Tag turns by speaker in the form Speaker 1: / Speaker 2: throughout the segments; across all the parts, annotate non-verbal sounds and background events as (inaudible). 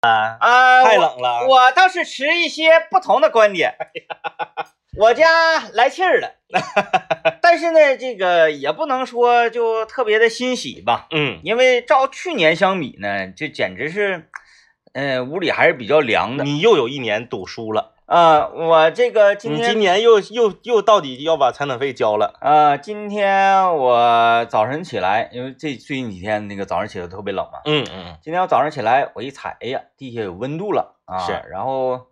Speaker 1: 啊，
Speaker 2: 太
Speaker 1: 我
Speaker 2: 冷了。
Speaker 1: 我倒是持一些不同的观
Speaker 2: (laughs)
Speaker 1: 点。我家来气儿了，但是呢，这个也不能说就特别的欣喜吧，
Speaker 2: 嗯
Speaker 1: 因为照去年相比呢，这简直是，呃，屋里还是比较凉的。
Speaker 2: 你又有一年赌输了，
Speaker 1: 啊、我这个今
Speaker 2: 你
Speaker 1: 天
Speaker 2: 嗯今年又又又到底要把采暖费交了。
Speaker 1: 呃，今天我早晨起来，因为这最近几天那个早上起来特别冷嘛。
Speaker 2: 嗯嗯
Speaker 1: 今天我早上起来，我一踩，哎呀，地下有温度了啊！
Speaker 2: 是
Speaker 1: 然后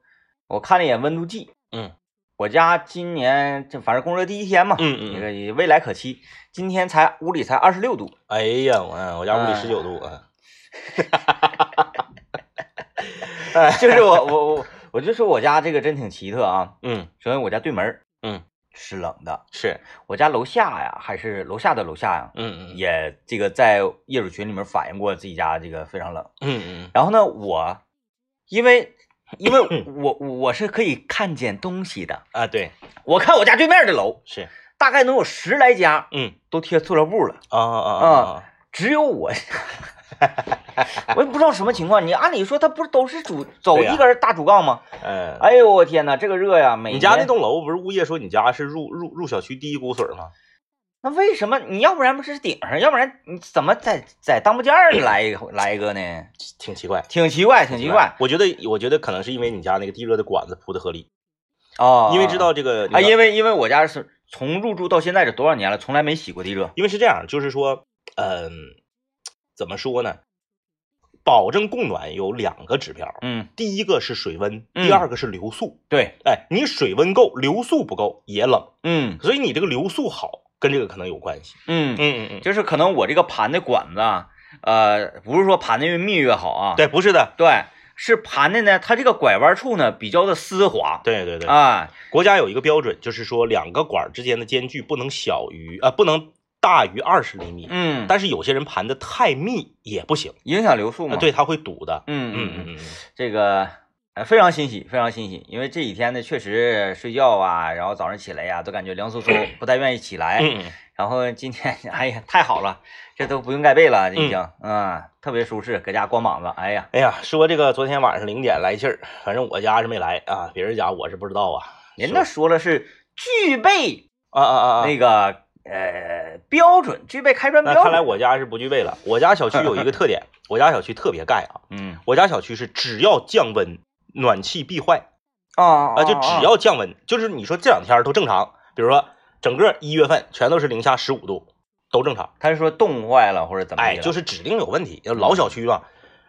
Speaker 1: 我看了一眼温度计，
Speaker 2: 嗯
Speaker 1: 我家今年这反正供热第一天嘛，
Speaker 2: 嗯
Speaker 1: 这
Speaker 2: 嗯嗯，
Speaker 1: 个也未来可期。今天才屋里才二十六
Speaker 2: (laughs)
Speaker 1: 度，
Speaker 2: 哎呀，我我家屋里十九度啊。哎，
Speaker 1: 就是我我我我就说我家这个真挺奇特啊。
Speaker 2: 嗯
Speaker 1: 首先我家对门儿
Speaker 2: 嗯
Speaker 1: 是冷的，
Speaker 2: 是，
Speaker 1: 我家楼下呀还是楼下的楼下呀，
Speaker 2: 嗯嗯
Speaker 1: 也这个在业主群里面反映过自己家这个非常冷。
Speaker 2: 嗯嗯
Speaker 1: 然后呢，我因为因为
Speaker 2: (laughs)
Speaker 1: 我我是可以看见东西的，
Speaker 2: 啊，对，
Speaker 1: 我看我家对面的楼，
Speaker 2: 是，
Speaker 1: 大概能有十来家
Speaker 2: 嗯
Speaker 1: 都贴塑料布了，
Speaker 2: 啊啊
Speaker 1: 嗯
Speaker 2: 啊啊，
Speaker 1: 只有
Speaker 2: (laughs)
Speaker 1: 我，我也不知道什么情况。你按理说它不是都是主走
Speaker 2: 对呀
Speaker 1: 一根大主杠吗？
Speaker 2: 嗯。
Speaker 1: 哎呦我天哪，这个热呀！每
Speaker 2: 你家那
Speaker 1: 年
Speaker 2: 栋楼不是物业说你家是入入入小区第一股水吗？
Speaker 1: 那为什么你要不然不是顶上，要不然你怎么在在当铺间儿来一个来一个呢？
Speaker 2: 挺奇怪，
Speaker 1: 挺奇怪，挺奇怪
Speaker 2: 我觉得，我觉得可能是因为你家那个地热的管子铺的合理，
Speaker 1: 哦，
Speaker 2: 因为知道这个
Speaker 1: 啊，因
Speaker 2: 为
Speaker 1: 为因为我家是从入住到现在这多少年了，从来没洗过地热。
Speaker 2: 因为是这样，就是说，嗯，怎么说呢？保证供暖有两个指标，
Speaker 1: 嗯，
Speaker 2: 第一个是水温，
Speaker 1: 嗯
Speaker 2: 第二个是流速。
Speaker 1: 对，
Speaker 2: 哎，你水温够，流速不够也冷，
Speaker 1: 嗯
Speaker 2: 所以你这个流速好跟这个可能有关系。
Speaker 1: 嗯，
Speaker 2: 嗯嗯嗯，
Speaker 1: 就是可能我这个盘的管子，啊，呃，不是说盘的越密越好啊，
Speaker 2: 对，不是的，
Speaker 1: 对，是盘的呢，它这个拐弯处呢比较的丝滑，
Speaker 2: 对对对，
Speaker 1: 啊，
Speaker 2: 国家有一个标准，就是说两个管儿之间的间距不能小于啊、呃不能大于二十厘米。
Speaker 1: 嗯，
Speaker 2: 但是有些人盘的太密也不行，
Speaker 1: 影响流速嘛，
Speaker 2: 呃，对，它会堵的。
Speaker 1: 嗯，嗯
Speaker 2: 嗯
Speaker 1: 嗯嗯，
Speaker 2: 嗯嗯，
Speaker 1: 这个。呃，非常欣喜，非常欣喜，因为这几天呢，确实睡觉啊，然后早上起来呀、都感觉凉飕飕，不太愿意起来。
Speaker 2: 嗯嗯嗯
Speaker 1: 然后今天，哎呀，太好了，这都不用盖被了，已经，嗯，特别舒适，搁家光膀子，哎呀，
Speaker 2: 哎呀，说这个昨天晚上零点来气儿，反正我家是没来啊，别人家我是不知道啊。
Speaker 1: 人家说了是具备
Speaker 2: 啊啊啊啊！
Speaker 1: 那个呃标准，具备开砖标
Speaker 2: 那
Speaker 1: 准。
Speaker 2: 看来我家是不具备了。我家小区有一个特点，我家小区特别盖啊。
Speaker 1: 嗯
Speaker 2: 我家小区是只要降温，暖气必坏
Speaker 1: 啊
Speaker 2: 啊，就只要降温，就是你说这两天都正常，比如说整个一月份全都是零下十五度，都正常。
Speaker 1: 他是说冻坏了或者怎么
Speaker 2: 哎，
Speaker 1: 地了，
Speaker 2: 就是指定有问题，老小区嘛。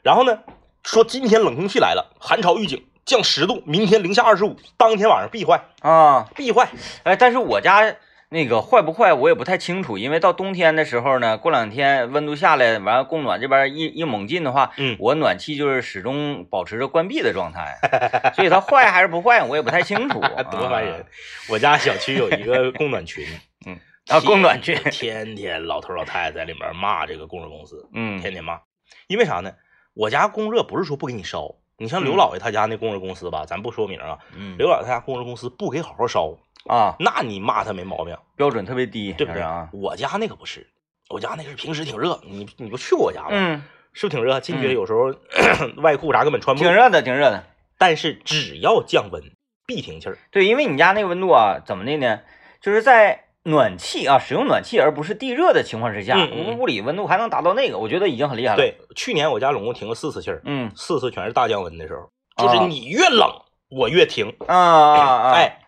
Speaker 2: 然后呢，说今天冷空气来了，寒潮预警，降十度，明天零下二十五，当天晚上必坏，
Speaker 1: 啊，
Speaker 2: 必坏。
Speaker 1: 哎，但是我家那个坏不坏我也不太清楚，因为到冬天的时候呢，过两天温度下来，完了供暖这边一一猛进的话，
Speaker 2: 嗯
Speaker 1: 我暖气就是始终保持着关闭的状态，所以它坏还是不坏我也不太清 (laughs) 楚，
Speaker 2: 啊，，多烦人！我家小区有一个供暖群
Speaker 1: 嗯，啊供暖群
Speaker 2: 天天老头老太太在里面骂这个供热公司，
Speaker 1: 嗯
Speaker 2: 天天骂，因为啥呢？我家供热不是说不给你烧，你像
Speaker 1: 嗯
Speaker 2: 刘老爷他家那供热公司吧，咱不说名啊，
Speaker 1: 嗯
Speaker 2: 刘老爷他家供热公司不给好好烧，
Speaker 1: 啊，
Speaker 2: 那你骂他没毛病，
Speaker 1: 标准特别低，
Speaker 2: 对不对
Speaker 1: 是啊？
Speaker 2: 我家那个不是，我家那个是平时挺热，你你不去过我家吗？
Speaker 1: 嗯，
Speaker 2: 是不是挺热？进去
Speaker 1: 嗯
Speaker 2: 有时候、 (coughs) 外裤啥根本穿不
Speaker 1: 挺
Speaker 2: 住，
Speaker 1: 热的，挺热的。
Speaker 2: 但是只要降温必停气儿，
Speaker 1: 对，因为你家那个温度啊，怎么的呢？就是在暖气啊，使用暖气而不是地热的情况之下，
Speaker 2: 嗯嗯嗯
Speaker 1: 屋里温度还能达到那个，我觉得已经很厉害了。，
Speaker 2: 对，去年我家总共停了四次气儿，
Speaker 1: 啊嗯
Speaker 2: 四次全是大降温的时候，
Speaker 1: 啊
Speaker 2: 就是你越冷我越停，
Speaker 1: 啊啊啊！，
Speaker 2: 哎，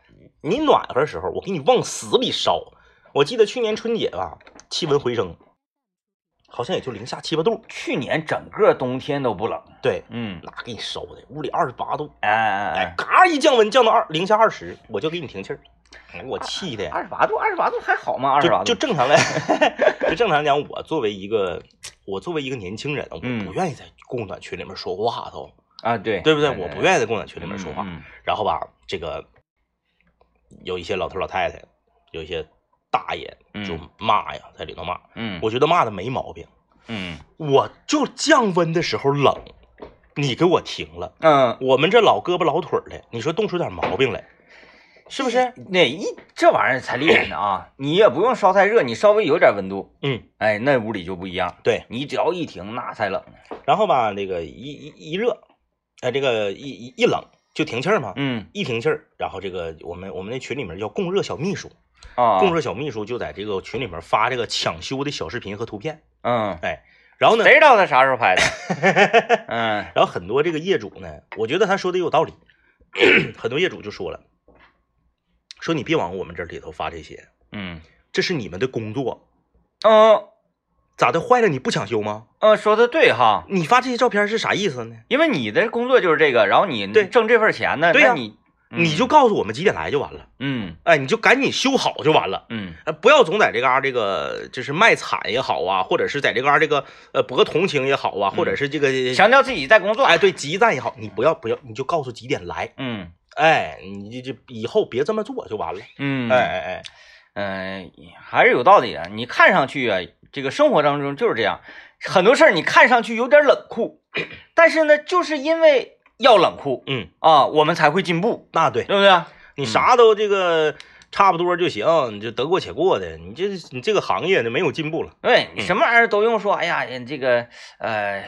Speaker 2: 你暖和的时候我给你往死里烧。我记得去年春节吧，气温回升，好像也就零下七八度，
Speaker 1: 去年整个冬天都不冷。
Speaker 2: 对，
Speaker 1: 嗯，
Speaker 2: 那给你烧的，屋里二十八度，
Speaker 1: 哎哎
Speaker 2: 哎
Speaker 1: 哎，，
Speaker 2: 嘎一降温降到二零下二十，我就给你停气儿，哎我气的呀。
Speaker 1: 二十八度，二十八度还好吗？二十
Speaker 2: 就
Speaker 1: 八度
Speaker 2: 就正常来， (laughs) 就正常讲，我作为一个我作为一个年轻人，我
Speaker 1: 嗯
Speaker 2: 不愿意在供暖群里面说话都，
Speaker 1: 啊，对
Speaker 2: 对不对？我不愿意在供暖群里面说话。
Speaker 1: 嗯嗯
Speaker 2: 然后吧，这个有一些老头老太太，有一些大爷就
Speaker 1: 嗯
Speaker 2: 骂呀，在里头骂，
Speaker 1: 嗯，
Speaker 2: 我觉得骂的没毛病。
Speaker 1: 嗯
Speaker 2: 我就降温的时候冷，你给我停了。
Speaker 1: 嗯，
Speaker 2: 我们这老胳膊老腿儿的，你说冻出点毛病来，是不是？
Speaker 1: 那一这玩意儿才厉害呢啊！你也不用烧太热，你稍微有点温度，
Speaker 2: 嗯，
Speaker 1: 哎，那屋里就不一样。
Speaker 2: 对。
Speaker 1: 你只要一停，那才冷。
Speaker 2: 然后吧，那个一一一热，哎，这个一一一冷就停气儿嘛，
Speaker 1: 嗯
Speaker 2: 一停气儿，然后这个我们我们那群里面叫供热小秘书，
Speaker 1: 啊，
Speaker 2: 供热小秘书就在这个群里面发这个抢修的小视频和图片，
Speaker 1: 嗯，
Speaker 2: 然后呢，
Speaker 1: 谁知道他啥时候拍的？
Speaker 2: (laughs)
Speaker 1: 嗯
Speaker 2: 然后很多这个业主呢，我觉得他说的有道理， (clears throat) 很多业主就说了，说你别往我们这里头发这些，
Speaker 1: 嗯
Speaker 2: 这是你们的工作，
Speaker 1: 嗯
Speaker 2: 咋的坏了你不抢修吗？
Speaker 1: 嗯，说的对哈，
Speaker 2: 你发这些照片是啥意思呢？
Speaker 1: 因为你的工作就是这个，然后你
Speaker 2: 对
Speaker 1: 挣这份钱呢，
Speaker 2: 对
Speaker 1: 那
Speaker 2: 呀
Speaker 1: 你
Speaker 2: 你就告诉我们几点来就完了，
Speaker 1: 嗯
Speaker 2: 哎，你就赶紧修好就完了。
Speaker 1: 嗯
Speaker 2: 呃，不要总在这嘎、这个就是卖惨也好啊，或者是在这嘎、这个呃博同情也好啊，或者是这个、
Speaker 1: 嗯，强调自己在工作，
Speaker 2: 哎对集赞也好，你不要不要，你就告诉几点来，
Speaker 1: 嗯
Speaker 2: 哎，你这这以后别这么做就完了。
Speaker 1: 嗯，
Speaker 2: 哎哎哎，
Speaker 1: 嗯，还是有道理的。你看上去啊，这个生活当中就是这样，很多事儿你看上去有点冷
Speaker 2: (clears throat)
Speaker 1: 酷，但是呢，就是因为要冷酷
Speaker 2: 嗯，
Speaker 1: 啊，我们才会进步，
Speaker 2: 那对
Speaker 1: 对不对？啊
Speaker 2: 你啥都这个差不多就行，你就得过且过的，你这你这个行业呢没有进步了。
Speaker 1: 对你什么玩意儿都用说，哎呀，这个呃，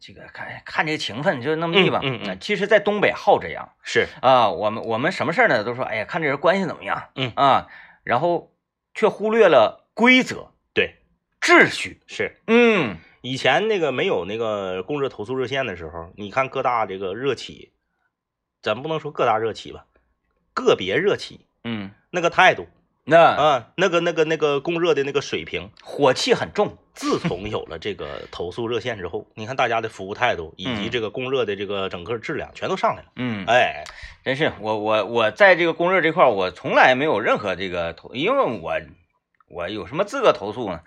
Speaker 1: 这个看看这个情分就那么地吧。
Speaker 2: 嗯嗯嗯
Speaker 1: 其实，在东北好这样
Speaker 2: 是，
Speaker 1: 啊，我们我们什么事儿呢都说，哎呀，看这人关系怎么样，
Speaker 2: 嗯
Speaker 1: 啊，然后却忽略了规则、
Speaker 2: 对，
Speaker 1: 秩序，
Speaker 2: 是
Speaker 1: 嗯
Speaker 2: 以前那个没有那个供热投诉热线的时候，你看各大这个热企，咱不能说各大热企吧，个别热企
Speaker 1: 嗯，
Speaker 2: 那个态度
Speaker 1: 那
Speaker 2: 啊，那个那个那个供热的那个水平，
Speaker 1: 火气很重。
Speaker 2: 自从有了这个投诉热线之后，你看大家的服务态度以及
Speaker 1: 嗯
Speaker 2: 这个供热的这个整个质量全都上来了。
Speaker 1: 嗯，
Speaker 2: 哎，
Speaker 1: 真是我我我在这个供热这块儿，我从来没有任何这个投，因为我我有什么资格投诉呢？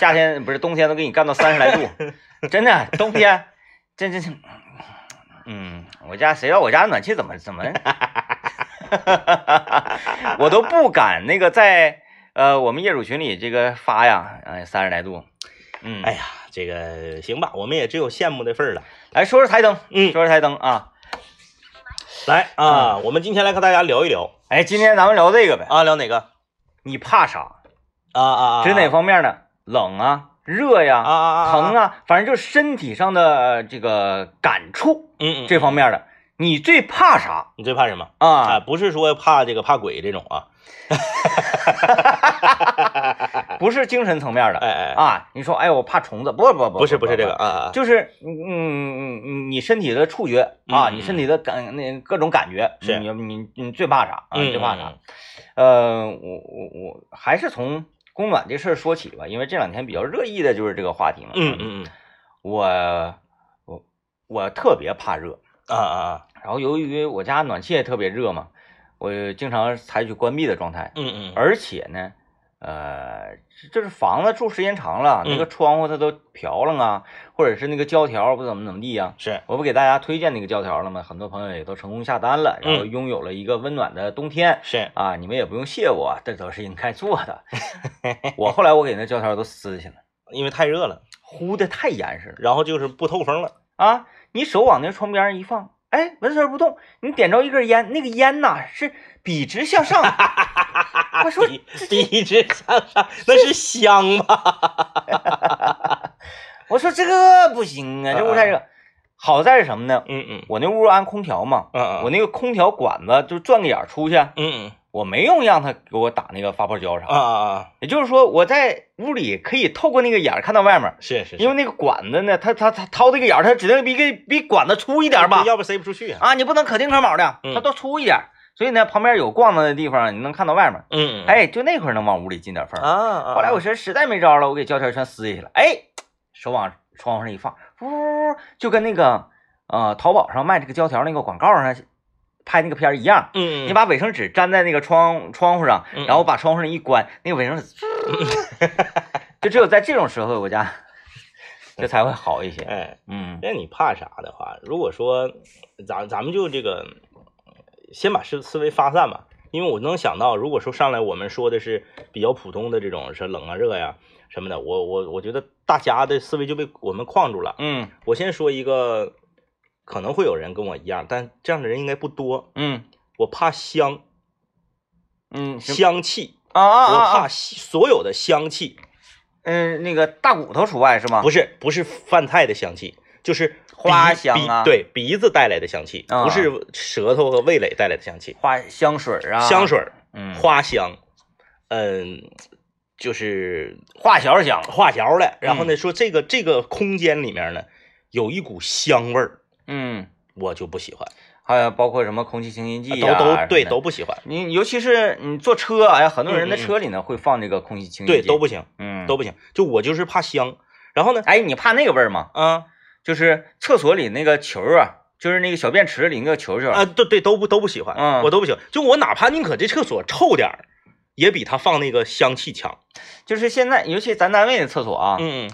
Speaker 1: 夏天不是冬天都给你干到三十来度，真的冬天，这这这，嗯，我家谁让我家暖气怎么怎么， (laughs) 我都不敢那个在呃我们业主群里这个发呀，哎三十来度，嗯，
Speaker 2: 哎，呀，这个行吧，我们也只有羡慕的份儿了。
Speaker 1: 来哎说说台灯，
Speaker 2: 嗯，
Speaker 1: 说说台灯啊，
Speaker 2: 来啊，我们今天来跟大家聊一聊
Speaker 1: 哎，今天咱嗯们聊这个呗，
Speaker 2: 啊，聊哪个？
Speaker 1: 你怕啥？
Speaker 2: 啊啊啊！
Speaker 1: 指哪方面呢？冷啊，热呀、
Speaker 2: 啊啊啊啊！
Speaker 1: 疼！啊，反正就是身体上的呃这个感触
Speaker 2: 嗯嗯，
Speaker 1: 这方面的，你最怕啥
Speaker 2: 你最怕什么？啊，
Speaker 1: 啊？
Speaker 2: 不是说怕这个怕鬼这种啊，
Speaker 1: 不是精神层面
Speaker 2: 哎
Speaker 1: 的
Speaker 2: 哎，哎
Speaker 1: 啊，你说哎，我怕虫子，不不不，
Speaker 2: 不是不是这个，啊啊，啊
Speaker 1: 就是嗯嗯嗯，你身体的触觉啊，
Speaker 2: 嗯
Speaker 1: 你身体的感那各种感觉，
Speaker 2: 是
Speaker 1: 你你你最怕啥啊？
Speaker 2: 嗯
Speaker 1: 最怕啥
Speaker 2: 嗯？
Speaker 1: 呃，我我我还是从供暖这事儿说起吧，因为这两天比较热议的就是这个话题嘛。
Speaker 2: 嗯嗯嗯
Speaker 1: 我我我特别怕热，
Speaker 2: 啊啊啊，
Speaker 1: 然后由于我家暖气也特别热嘛，我经常采取关闭的状态，
Speaker 2: 嗯嗯，
Speaker 1: 而且呢，呃，就是房子住时间长了，
Speaker 2: 嗯
Speaker 1: 那个窗户它都瓢了啊，或者是那个胶条不怎么怎么地呀、
Speaker 2: 是，
Speaker 1: 我不给大家推荐那个胶条了吗？很多朋友也都成功下单了，然后
Speaker 2: 嗯
Speaker 1: 拥有了一个温暖的冬天。
Speaker 2: 是
Speaker 1: 啊，你们也不用谢我，这都是应该做的。 (laughs) 我后来我给那胶条都撕下来，
Speaker 2: 因为太热了，
Speaker 1: 呼的太严实了。
Speaker 2: 然后就是不透
Speaker 1: (laughs)
Speaker 2: 风了，
Speaker 1: 啊，你手往那窗边上一放，哎，纹丝儿不动。你点着一根烟，那个烟呐是笔直向上。我说，
Speaker 2: 第第一直向上，那是香吧？
Speaker 1: 我说这个不行啊，这屋太热。好在是什么呢？
Speaker 2: 嗯嗯
Speaker 1: 我那屋安空调嘛，
Speaker 2: 嗯嗯，
Speaker 1: 我那个空调管子就转个眼儿出去，
Speaker 2: 嗯嗯
Speaker 1: 我没用让它给我打那个发泡胶
Speaker 2: 啊
Speaker 1: 啥。
Speaker 2: 啊啊，
Speaker 1: 也就是说，我在屋里可以透过那个眼儿看到外面，
Speaker 2: 是是，
Speaker 1: 因为那个管子呢，它它它掏这个眼儿，它指定比个比管子粗一点儿吧。
Speaker 2: 要不塞不出去啊。
Speaker 1: 啊，你不能可丁可卯的，
Speaker 2: 嗯
Speaker 1: 它都粗一点儿。所以呢，旁边有逛的地方，你能看到外面。
Speaker 2: 嗯，
Speaker 1: 哎，就那会儿能往屋里进点风。
Speaker 2: 啊，
Speaker 1: 后来我说实在没招了，我给胶条全撕下来了。哎，手往窗户上一放，呜，就跟那个呃淘宝上卖这个胶条那个广告上拍那个片儿一样。
Speaker 2: 嗯，
Speaker 1: 你把卫生纸粘在那个窗窗户上，
Speaker 2: 嗯
Speaker 1: 然后把窗户上一关，那个卫生
Speaker 2: (laughs)
Speaker 1: 纸，就只有在这种时候，我家这才会好一些。
Speaker 2: 哎，
Speaker 1: 嗯
Speaker 2: 那你怕啥的话，如果说咱咱们就这个，先把思思维发散吧，因为我能想到，如果说上来我们说的是比较普通的这种是冷啊热呀、什么的，我我我觉得大家的思维就被我们框住了。
Speaker 1: 嗯
Speaker 2: 我先说一个，可能会有人跟我一样，但这样的人应该不多。
Speaker 1: 嗯
Speaker 2: 我怕香
Speaker 1: 嗯，行
Speaker 2: 香气，
Speaker 1: 啊啊
Speaker 2: 我
Speaker 1: 啊啊！
Speaker 2: 怕西所有的香气，
Speaker 1: 嗯，那个大骨头除外是吗？
Speaker 2: 不是不是饭菜的香气，就是
Speaker 1: 花
Speaker 2: 鼻
Speaker 1: 香
Speaker 2: 鼻
Speaker 1: 啊
Speaker 2: 对鼻子带来的香气，
Speaker 1: 啊
Speaker 2: 不是舌头和味蕾带来的香气。
Speaker 1: 花香水儿啊，
Speaker 2: 香水儿、
Speaker 1: 嗯，
Speaker 2: 花香，嗯，就是
Speaker 1: 画小香，嗯
Speaker 2: 画条了。然后呢，说这个这个空间里面呢，有一股香味儿，
Speaker 1: 嗯，
Speaker 2: 我就不喜欢，
Speaker 1: 还有包括什么空气清新剂
Speaker 2: 啊都
Speaker 1: 呀
Speaker 2: 都对
Speaker 1: 什么的
Speaker 2: 都不喜欢，
Speaker 1: 你尤其是你坐车，哎呀，很多人的
Speaker 2: 嗯嗯嗯
Speaker 1: 车里呢会放这个空气清新剂，
Speaker 2: 对都不行，
Speaker 1: 嗯
Speaker 2: 都不行。就我就是怕香。然后呢，
Speaker 1: 哎，你怕那个味儿吗？
Speaker 2: 啊
Speaker 1: 就是厕所里那个球啊，就是那个小便池里那个球球，
Speaker 2: 啊，对对都不都不喜欢，
Speaker 1: 嗯
Speaker 2: 我都不喜欢。就我哪怕宁可这厕所臭点儿，也比他放那个香气强。
Speaker 1: 就是现在，尤其咱单位的厕所啊，
Speaker 2: 嗯嗯，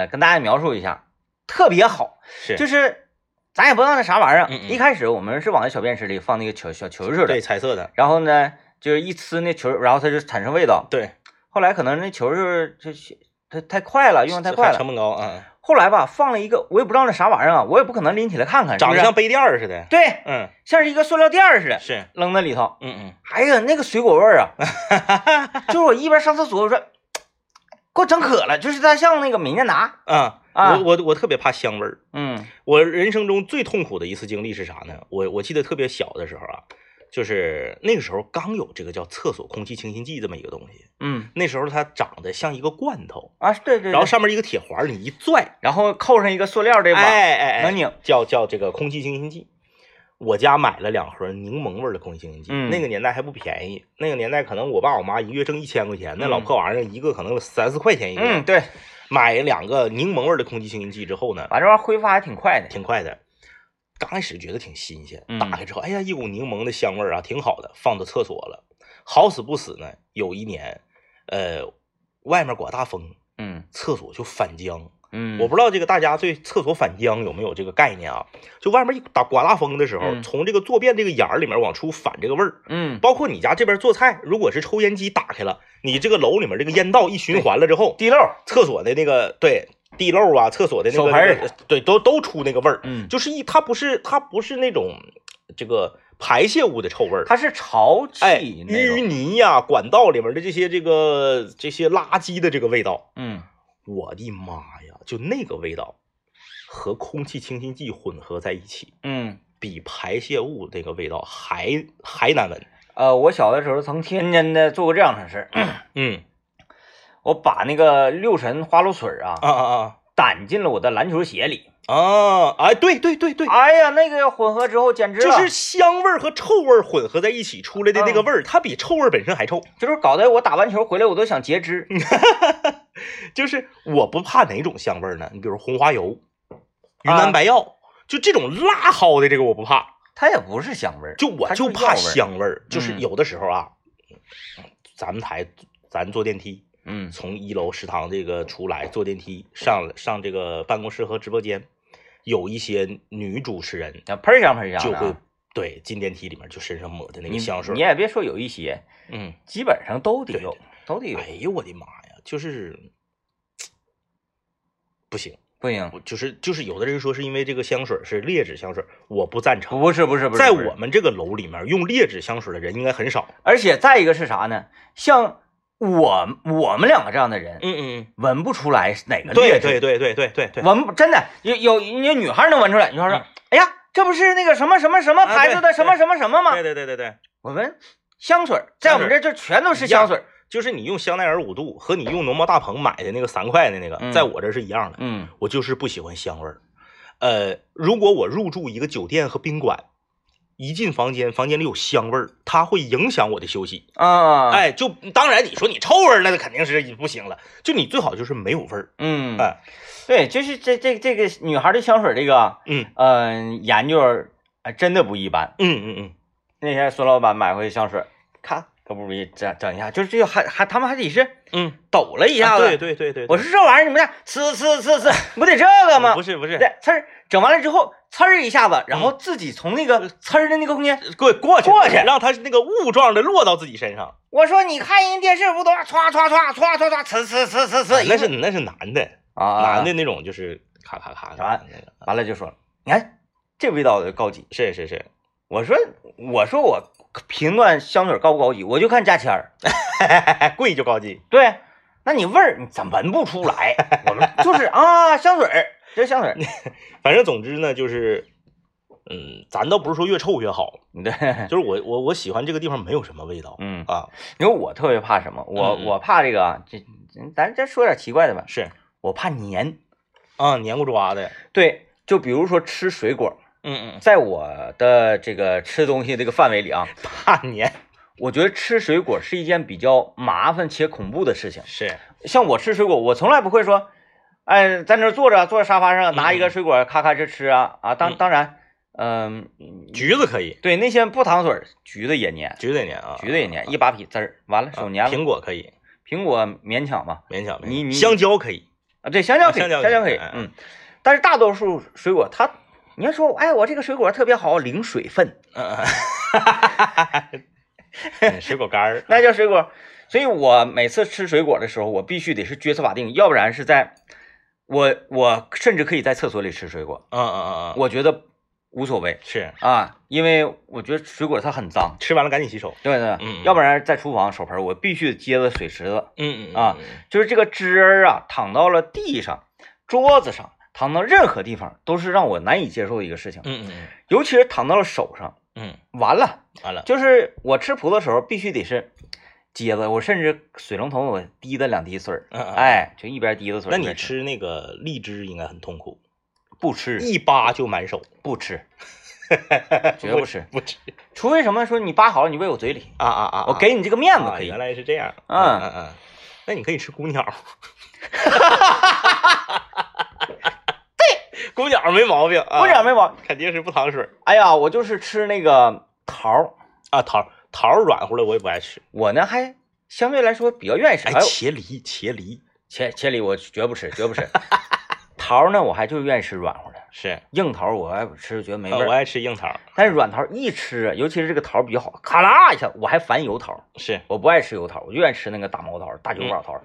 Speaker 1: 呃，跟大家描述一下，特别好，
Speaker 2: 是，
Speaker 1: 就是是咱也不知道那啥玩意儿。
Speaker 2: 嗯嗯
Speaker 1: 一开始我们是往那小便池里放那个球小球球
Speaker 2: 对
Speaker 1: 的，
Speaker 2: 彩色的，
Speaker 1: 然后呢，就是一呲那球，然后它就产生味道。
Speaker 2: 对，
Speaker 1: 后来可能那球球就是它太快了，用的太快了。
Speaker 2: 成本高啊，
Speaker 1: 后来吧，放了一个我也不知道那啥玩意儿啊，我也不可能拎起来看看，
Speaker 2: 长得
Speaker 1: 是不
Speaker 2: 像
Speaker 1: 是
Speaker 2: 杯垫儿似的。
Speaker 1: 对，
Speaker 2: 嗯，
Speaker 1: 像是一个塑料垫儿似的，
Speaker 2: 是，
Speaker 1: 扔那里头。
Speaker 2: 嗯嗯。
Speaker 1: 哎呀，那个水果味儿啊， (laughs) 就是我一边上厕所，我说给我整渴了，就是它像那个美年达，
Speaker 2: 啊，
Speaker 1: 啊
Speaker 2: 我我我特别怕香味儿。
Speaker 1: 嗯
Speaker 2: 我人生中最痛苦的一次经历是啥呢？我我记得特别小的时候啊，就是那个时候刚有这个叫厕所空气清新剂这么一个东西，
Speaker 1: 嗯
Speaker 2: 那时候它长得像一个罐头，
Speaker 1: 啊，对对对，
Speaker 2: 然后上面一个铁环儿，你一拽，
Speaker 1: 然后扣上一个塑料这
Speaker 2: 哎
Speaker 1: 把，
Speaker 2: 哎哎，
Speaker 1: 能拧
Speaker 2: 叫叫这个空气清新剂。我家买了两盒柠檬味儿的空气清新剂，
Speaker 1: 嗯
Speaker 2: 那个年代还不便宜，那个年代可能我爸我妈一月挣一千块钱，那老
Speaker 1: 嗯
Speaker 2: 破玩意儿一个可能三四块钱一个，
Speaker 1: 嗯对，
Speaker 2: 买两个柠檬味儿的空气清新剂之后呢，
Speaker 1: 把这玩意儿挥发还挺快的，
Speaker 2: 挺快的。刚开始觉得挺新鲜
Speaker 1: 嗯，
Speaker 2: 打开之后，哎呀，一股柠檬的香味儿啊，挺好的，放到厕所了。好死不死呢，有一年，呃，外面刮大风，
Speaker 1: 嗯
Speaker 2: 厕所就反浆。
Speaker 1: 嗯，
Speaker 2: 我不知道这个大家对厕所反浆有没有这个概念啊？就外面一打刮大风的时候，
Speaker 1: 嗯
Speaker 2: 从这个坐便这个眼儿里面往出反这个味儿。
Speaker 1: 嗯
Speaker 2: 包括你家这边做菜，如果是抽烟机打开了，你这个楼里面这个烟道一循环了之后，
Speaker 1: 地漏，
Speaker 2: 厕所的那个对地漏啊，厕所的那
Speaker 1: 手
Speaker 2: 个
Speaker 1: 盆儿
Speaker 2: 那个对都都出那个味儿。
Speaker 1: 嗯，
Speaker 2: 就是一，它不是它不是那种这个排泄物的臭味儿，
Speaker 1: 它是潮
Speaker 2: 哎
Speaker 1: 气那
Speaker 2: 淤
Speaker 1: 种，
Speaker 2: 泥呀、管道里面的这些这个这些垃圾的这个味道，
Speaker 1: 嗯
Speaker 2: 我的妈呀，就那个味道和空气清新剂混合在一起，
Speaker 1: 嗯。
Speaker 2: 比排泄物那个味道还还难闻。
Speaker 1: 呃，我小的时候曾天真的做过这样的事儿， (clears throat)
Speaker 2: 嗯
Speaker 1: 我把那个六神花露水啊
Speaker 2: 啊啊
Speaker 1: 掸进了我的篮球鞋里，
Speaker 2: 啊啊！哎，对对对对。
Speaker 1: 哎呀，那个混合之后简直
Speaker 2: 就
Speaker 1: 了
Speaker 2: 是香味儿和臭味儿混合在一起出来的
Speaker 1: 嗯
Speaker 2: 那个味儿，它比臭味儿本身还臭。
Speaker 1: 就是搞得我打完球回来我都想截肢，
Speaker 2: 嗯就是我不怕哪种香味儿呢？你比如红花油、云
Speaker 1: 啊
Speaker 2: 南白药，就这种辣蒿的这个我不怕，
Speaker 1: 它也不是香味儿，
Speaker 2: 就我
Speaker 1: 它
Speaker 2: 就是怕
Speaker 1: 药味儿，
Speaker 2: 香味儿。就是
Speaker 1: 嗯
Speaker 2: 有的时候啊，咱们台咱坐电梯
Speaker 1: 嗯
Speaker 2: 从一楼食堂这个出来，坐电梯上上这个办公室和直播间，有一些女主持人
Speaker 1: 啊，喷香喷香
Speaker 2: 就
Speaker 1: 的啊
Speaker 2: 会对进电梯里面就身上抹的那个
Speaker 1: 你
Speaker 2: 香水
Speaker 1: 你
Speaker 2: 儿，
Speaker 1: 也别说有一些，
Speaker 2: 嗯，
Speaker 1: 基本上都得
Speaker 2: 对
Speaker 1: 有，都得有，
Speaker 2: 哎呦我的妈呀，就是。不行，
Speaker 1: 不行，
Speaker 2: 我就是就是有的人说是因为这个香水是劣质香水，我不赞成。
Speaker 1: 不是不是不是，
Speaker 2: 在
Speaker 1: 不是
Speaker 2: 我，们这个楼里面用劣质香水的人应该很少。
Speaker 1: 而且再一个是啥呢？像我我们两个这样的人，
Speaker 2: 嗯嗯
Speaker 1: 闻不出来是哪个
Speaker 2: 嗯，对
Speaker 1: 劣质
Speaker 2: 对对对对对对，
Speaker 1: 闻不真的有有有女孩能闻出来，女孩说，
Speaker 2: 嗯
Speaker 1: 哎呀，这不是那个什么什么什么
Speaker 2: 啊
Speaker 1: 牌子的
Speaker 2: 对
Speaker 1: 什么什么什么吗？
Speaker 2: 对对对对对，
Speaker 1: 我闻香水儿，在我们这
Speaker 2: 香
Speaker 1: 儿就全都是香水儿，
Speaker 2: 就是你用香奈儿五度和你用农贸大棚买的那个三块的那
Speaker 1: 嗯
Speaker 2: 个，在我这是一样的。
Speaker 1: 嗯
Speaker 2: 我就是不喜欢香味儿。呃，如果我入住一个酒店和宾馆，一进房间，房间里有香味儿，它会影响我的休息。
Speaker 1: 啊，，
Speaker 2: 哎，就当然你说你臭味儿，那肯定是不行了。就你最好就是没有味儿。
Speaker 1: 嗯，
Speaker 2: 哎
Speaker 1: 对，就是这这这个女孩的香水这个，
Speaker 2: 嗯
Speaker 1: 嗯、研究啊真的不一般。
Speaker 2: 嗯嗯嗯，
Speaker 1: 那天孙老板买回香水，看可不容易整整一下，就是这个还还他们还得是
Speaker 2: 嗯，
Speaker 1: 抖了一下
Speaker 2: 啊
Speaker 1: 子。
Speaker 2: 对对对对，
Speaker 1: 我说这玩意儿你们俩呲呲呲呲，不得这个吗？
Speaker 2: 不是不是，
Speaker 1: 对，呲儿整完了之后，呲儿一下子，然
Speaker 2: 嗯
Speaker 1: 后自己从那个呲儿的那个空间，
Speaker 2: 过过去
Speaker 1: 过去
Speaker 2: 让它那个雾状的落到自己身上。
Speaker 1: 我说你看人电视不都唰唰唰唰唰唰呲呲呲呲呲，
Speaker 2: 啊那是那是男的，
Speaker 1: 啊
Speaker 2: 男的那种就是咔咔咔咔那个，
Speaker 1: 完了就说了，你看这味道就高级。
Speaker 2: 是是是，
Speaker 1: 我说我说我评断香水高不高级，我就看价签儿。
Speaker 2: 哎贵就高级。
Speaker 1: 对，啊那你味儿你怎么闻不出来？我们就是啊，香水儿，这是香水儿， (laughs)
Speaker 2: 反正总之呢，就是，嗯，咱倒不是说越臭越好，
Speaker 1: 你对，
Speaker 2: 就是我我我喜欢这个地方没有什么味道
Speaker 1: 嗯，
Speaker 2: 啊，
Speaker 1: 你说我特别怕什么？我
Speaker 2: 嗯嗯
Speaker 1: 我怕这个啊，这这咱这说点奇怪的吧，
Speaker 2: 是
Speaker 1: 我怕黏。
Speaker 2: 啊，黏糊抓的，
Speaker 1: 对，就比如说吃水果，
Speaker 2: 嗯嗯，
Speaker 1: 在我的这个吃东西这个范围里啊，
Speaker 2: 怕黏
Speaker 1: 我觉得吃水果是一件比较麻烦且恐怖的事情。
Speaker 2: 是，
Speaker 1: 像我吃水果，我从来不会说，哎，在那儿坐着，坐在沙发上拿一个水果，咔咔就吃啊啊！当
Speaker 2: 嗯
Speaker 1: 当然，嗯，
Speaker 2: 橘子可以，
Speaker 1: 对那些不糖水儿，橘子也粘，
Speaker 2: 橘子也黏啊，
Speaker 1: 橘子也粘，一把皮籽儿，完了手粘
Speaker 2: 啊
Speaker 1: 了。
Speaker 2: 苹果可以，
Speaker 1: 苹果勉强吧，
Speaker 2: 勉强，勉强
Speaker 1: 你你
Speaker 2: 香蕉可以，
Speaker 1: 啊，对，香蕉可以，
Speaker 2: 啊香蕉
Speaker 1: 香蕉可
Speaker 2: 可以
Speaker 1: 以
Speaker 2: 哎，
Speaker 1: 嗯，但是大多数水果它，你要说，哎，我这个水果特别好，零水分，
Speaker 2: 嗯，嗯嗯水果干儿，
Speaker 1: (laughs) 那叫水果。所以我每次吃水果的时候，我必须得是撅着把定，要不然是在，我我甚至可以在厕所里吃水果，
Speaker 2: 嗯嗯嗯嗯，
Speaker 1: 我觉得无所谓。
Speaker 2: 是
Speaker 1: 啊，因为我觉得水果它很脏，
Speaker 2: 吃完了赶紧洗手，
Speaker 1: 对对，
Speaker 2: 嗯嗯
Speaker 1: 要不然在厨房手盆儿我必须得接着水池子，
Speaker 2: 嗯嗯
Speaker 1: 啊
Speaker 2: 嗯嗯
Speaker 1: 就是这个汁儿啊淌到了地上、桌子上，淌到任何地方都是让我难以接受的一个事情，
Speaker 2: 嗯嗯
Speaker 1: 尤其是淌到了手上，
Speaker 2: 嗯，嗯
Speaker 1: 完了，
Speaker 2: 完了，
Speaker 1: 就是我吃葡萄的时候必须得是接着，我甚至水龙头我滴的两滴水儿，
Speaker 2: 嗯嗯嗯
Speaker 1: 哎，就一边滴的水儿
Speaker 2: 那
Speaker 1: 一边
Speaker 2: 你吃那个荔枝应该很痛苦，
Speaker 1: 不吃？
Speaker 2: 一扒就满手，
Speaker 1: 不
Speaker 2: (laughs)
Speaker 1: 吃，绝
Speaker 2: 绝
Speaker 1: 不吃
Speaker 2: 不吃不吃
Speaker 1: 除非什么说你扒好了，你喂我嘴里，
Speaker 2: 啊啊啊！
Speaker 1: 我给你这个面子可以
Speaker 2: 原。来是这样，
Speaker 1: 嗯
Speaker 2: 嗯嗯，那你可以吃姑鸟，对，姑鸟没毛病，啊
Speaker 1: 我讲没毛病，
Speaker 2: 肯定是不淌水
Speaker 1: 哎呀，我就是吃那个桃儿，
Speaker 2: 啊，桃桃软乎了我也不爱吃，
Speaker 1: 我呢还相对来说比较愿意吃。
Speaker 2: 哎，
Speaker 1: 哎呦，
Speaker 2: 茄梨茄梨
Speaker 1: 千千里我绝不吃，绝不吃。 (laughs) 桃儿呢，我还就愿意吃软乎的，
Speaker 2: 是，
Speaker 1: 硬桃儿我还吃觉得没
Speaker 2: 呃
Speaker 1: 味
Speaker 2: 我
Speaker 1: 儿，
Speaker 2: 爱吃硬桃，
Speaker 1: 但是软桃儿一吃，啊尤其是这个桃儿比较好，咔啦一下，我还烦油桃儿，
Speaker 2: 是
Speaker 1: 我不爱吃油桃儿，我就愿意吃那个大毛桃儿、
Speaker 2: 嗯
Speaker 1: 大九宝桃儿。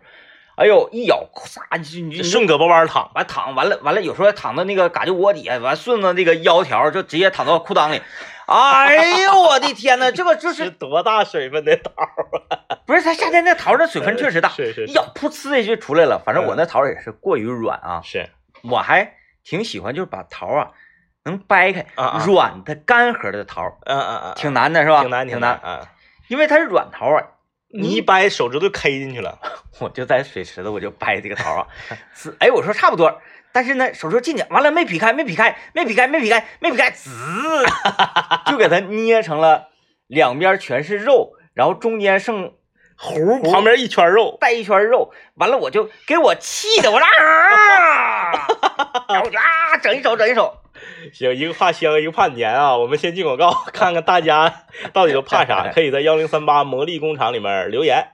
Speaker 1: 哎呦，一咬，咵，你就你就
Speaker 2: 顺胳膊弯淌，
Speaker 1: 完躺完了完了，有时候还躺到那个嘎吱窝底下，完顺着那个腰条儿就直接躺到裤裆里。哎呦我的天呐，这个
Speaker 2: (laughs)
Speaker 1: 就
Speaker 2: 吃
Speaker 1: 是
Speaker 2: 多大水分的桃？
Speaker 1: 不是它夏天那桃儿的水分确实大，
Speaker 2: 呃是是
Speaker 1: 一
Speaker 2: 是嗯
Speaker 1: 咬噗呲一下就出来了。反正我那桃儿也是过于软啊，
Speaker 2: 是
Speaker 1: 我还挺喜欢，就是把桃儿啊能掰开，
Speaker 2: 啊啊
Speaker 1: 软的干核的桃儿
Speaker 2: 嗯嗯嗯，
Speaker 1: 挺难的是吧？
Speaker 2: 挺难
Speaker 1: 挺
Speaker 2: 难，嗯，
Speaker 1: 因为它是软桃儿啊。
Speaker 2: 你一掰手指头就 K 进去了，
Speaker 1: 我就在水池子，我就掰这个桃儿啊，滋，哎，我说差不多，但是呢，手指头进去，完了没劈开，没劈开，没劈开，没劈开，没劈开，滋， (laughs) 就给它捏成了两边全是肉，然后中间剩
Speaker 2: 糊旁边一圈肉，
Speaker 1: 带一圈肉，完了我就给我气的，我说啊，然后我就啊，整一手，整一手，
Speaker 2: 行，一个怕香，一个怕黏啊。 (laughs) 我们先进广告，看看大 (laughs) 家到底都怕 (laughs) 啥。可以在幺零三八魔力工厂里面留言。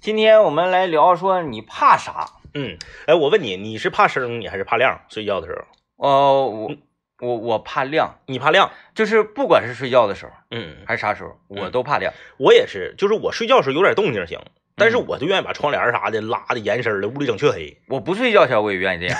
Speaker 1: 今天我们来聊说你怕啥？
Speaker 2: 嗯，哎，我问你，你是怕声，你还是怕亮？睡觉的时候，
Speaker 1: 哦，我我我怕亮，
Speaker 2: 你怕亮。
Speaker 1: 就是不管是睡觉的时候
Speaker 2: 嗯，
Speaker 1: 还是啥时候，我都怕亮。
Speaker 2: 我也是，就是我睡觉的时候有点动静行，但是我就愿意把窗帘啥的拉的严实的，屋里整黢黑。
Speaker 1: 我不睡觉前我也愿意
Speaker 2: (laughs)
Speaker 1: 这样，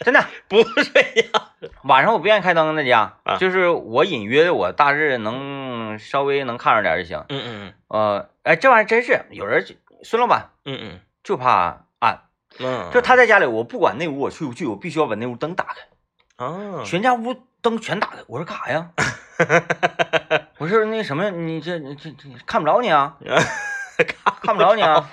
Speaker 1: 真的。
Speaker 2: 不睡觉，
Speaker 1: 晚上我不愿意开灯在家，
Speaker 2: 啊
Speaker 1: 就是我隐约的我大致能稍微能看着点就行。
Speaker 2: 嗯嗯
Speaker 1: 呃，哎，这玩意儿真是有人就孙老板
Speaker 2: 嗯嗯
Speaker 1: 就怕暗，
Speaker 2: 嗯，
Speaker 1: 就他在家里，我不管那屋我去不去，我必须要把那屋灯打开，
Speaker 2: 啊，
Speaker 1: 全家屋灯全打开。我说干啥呀？我说那什么，你这你这这看不着你啊，看不着你啊。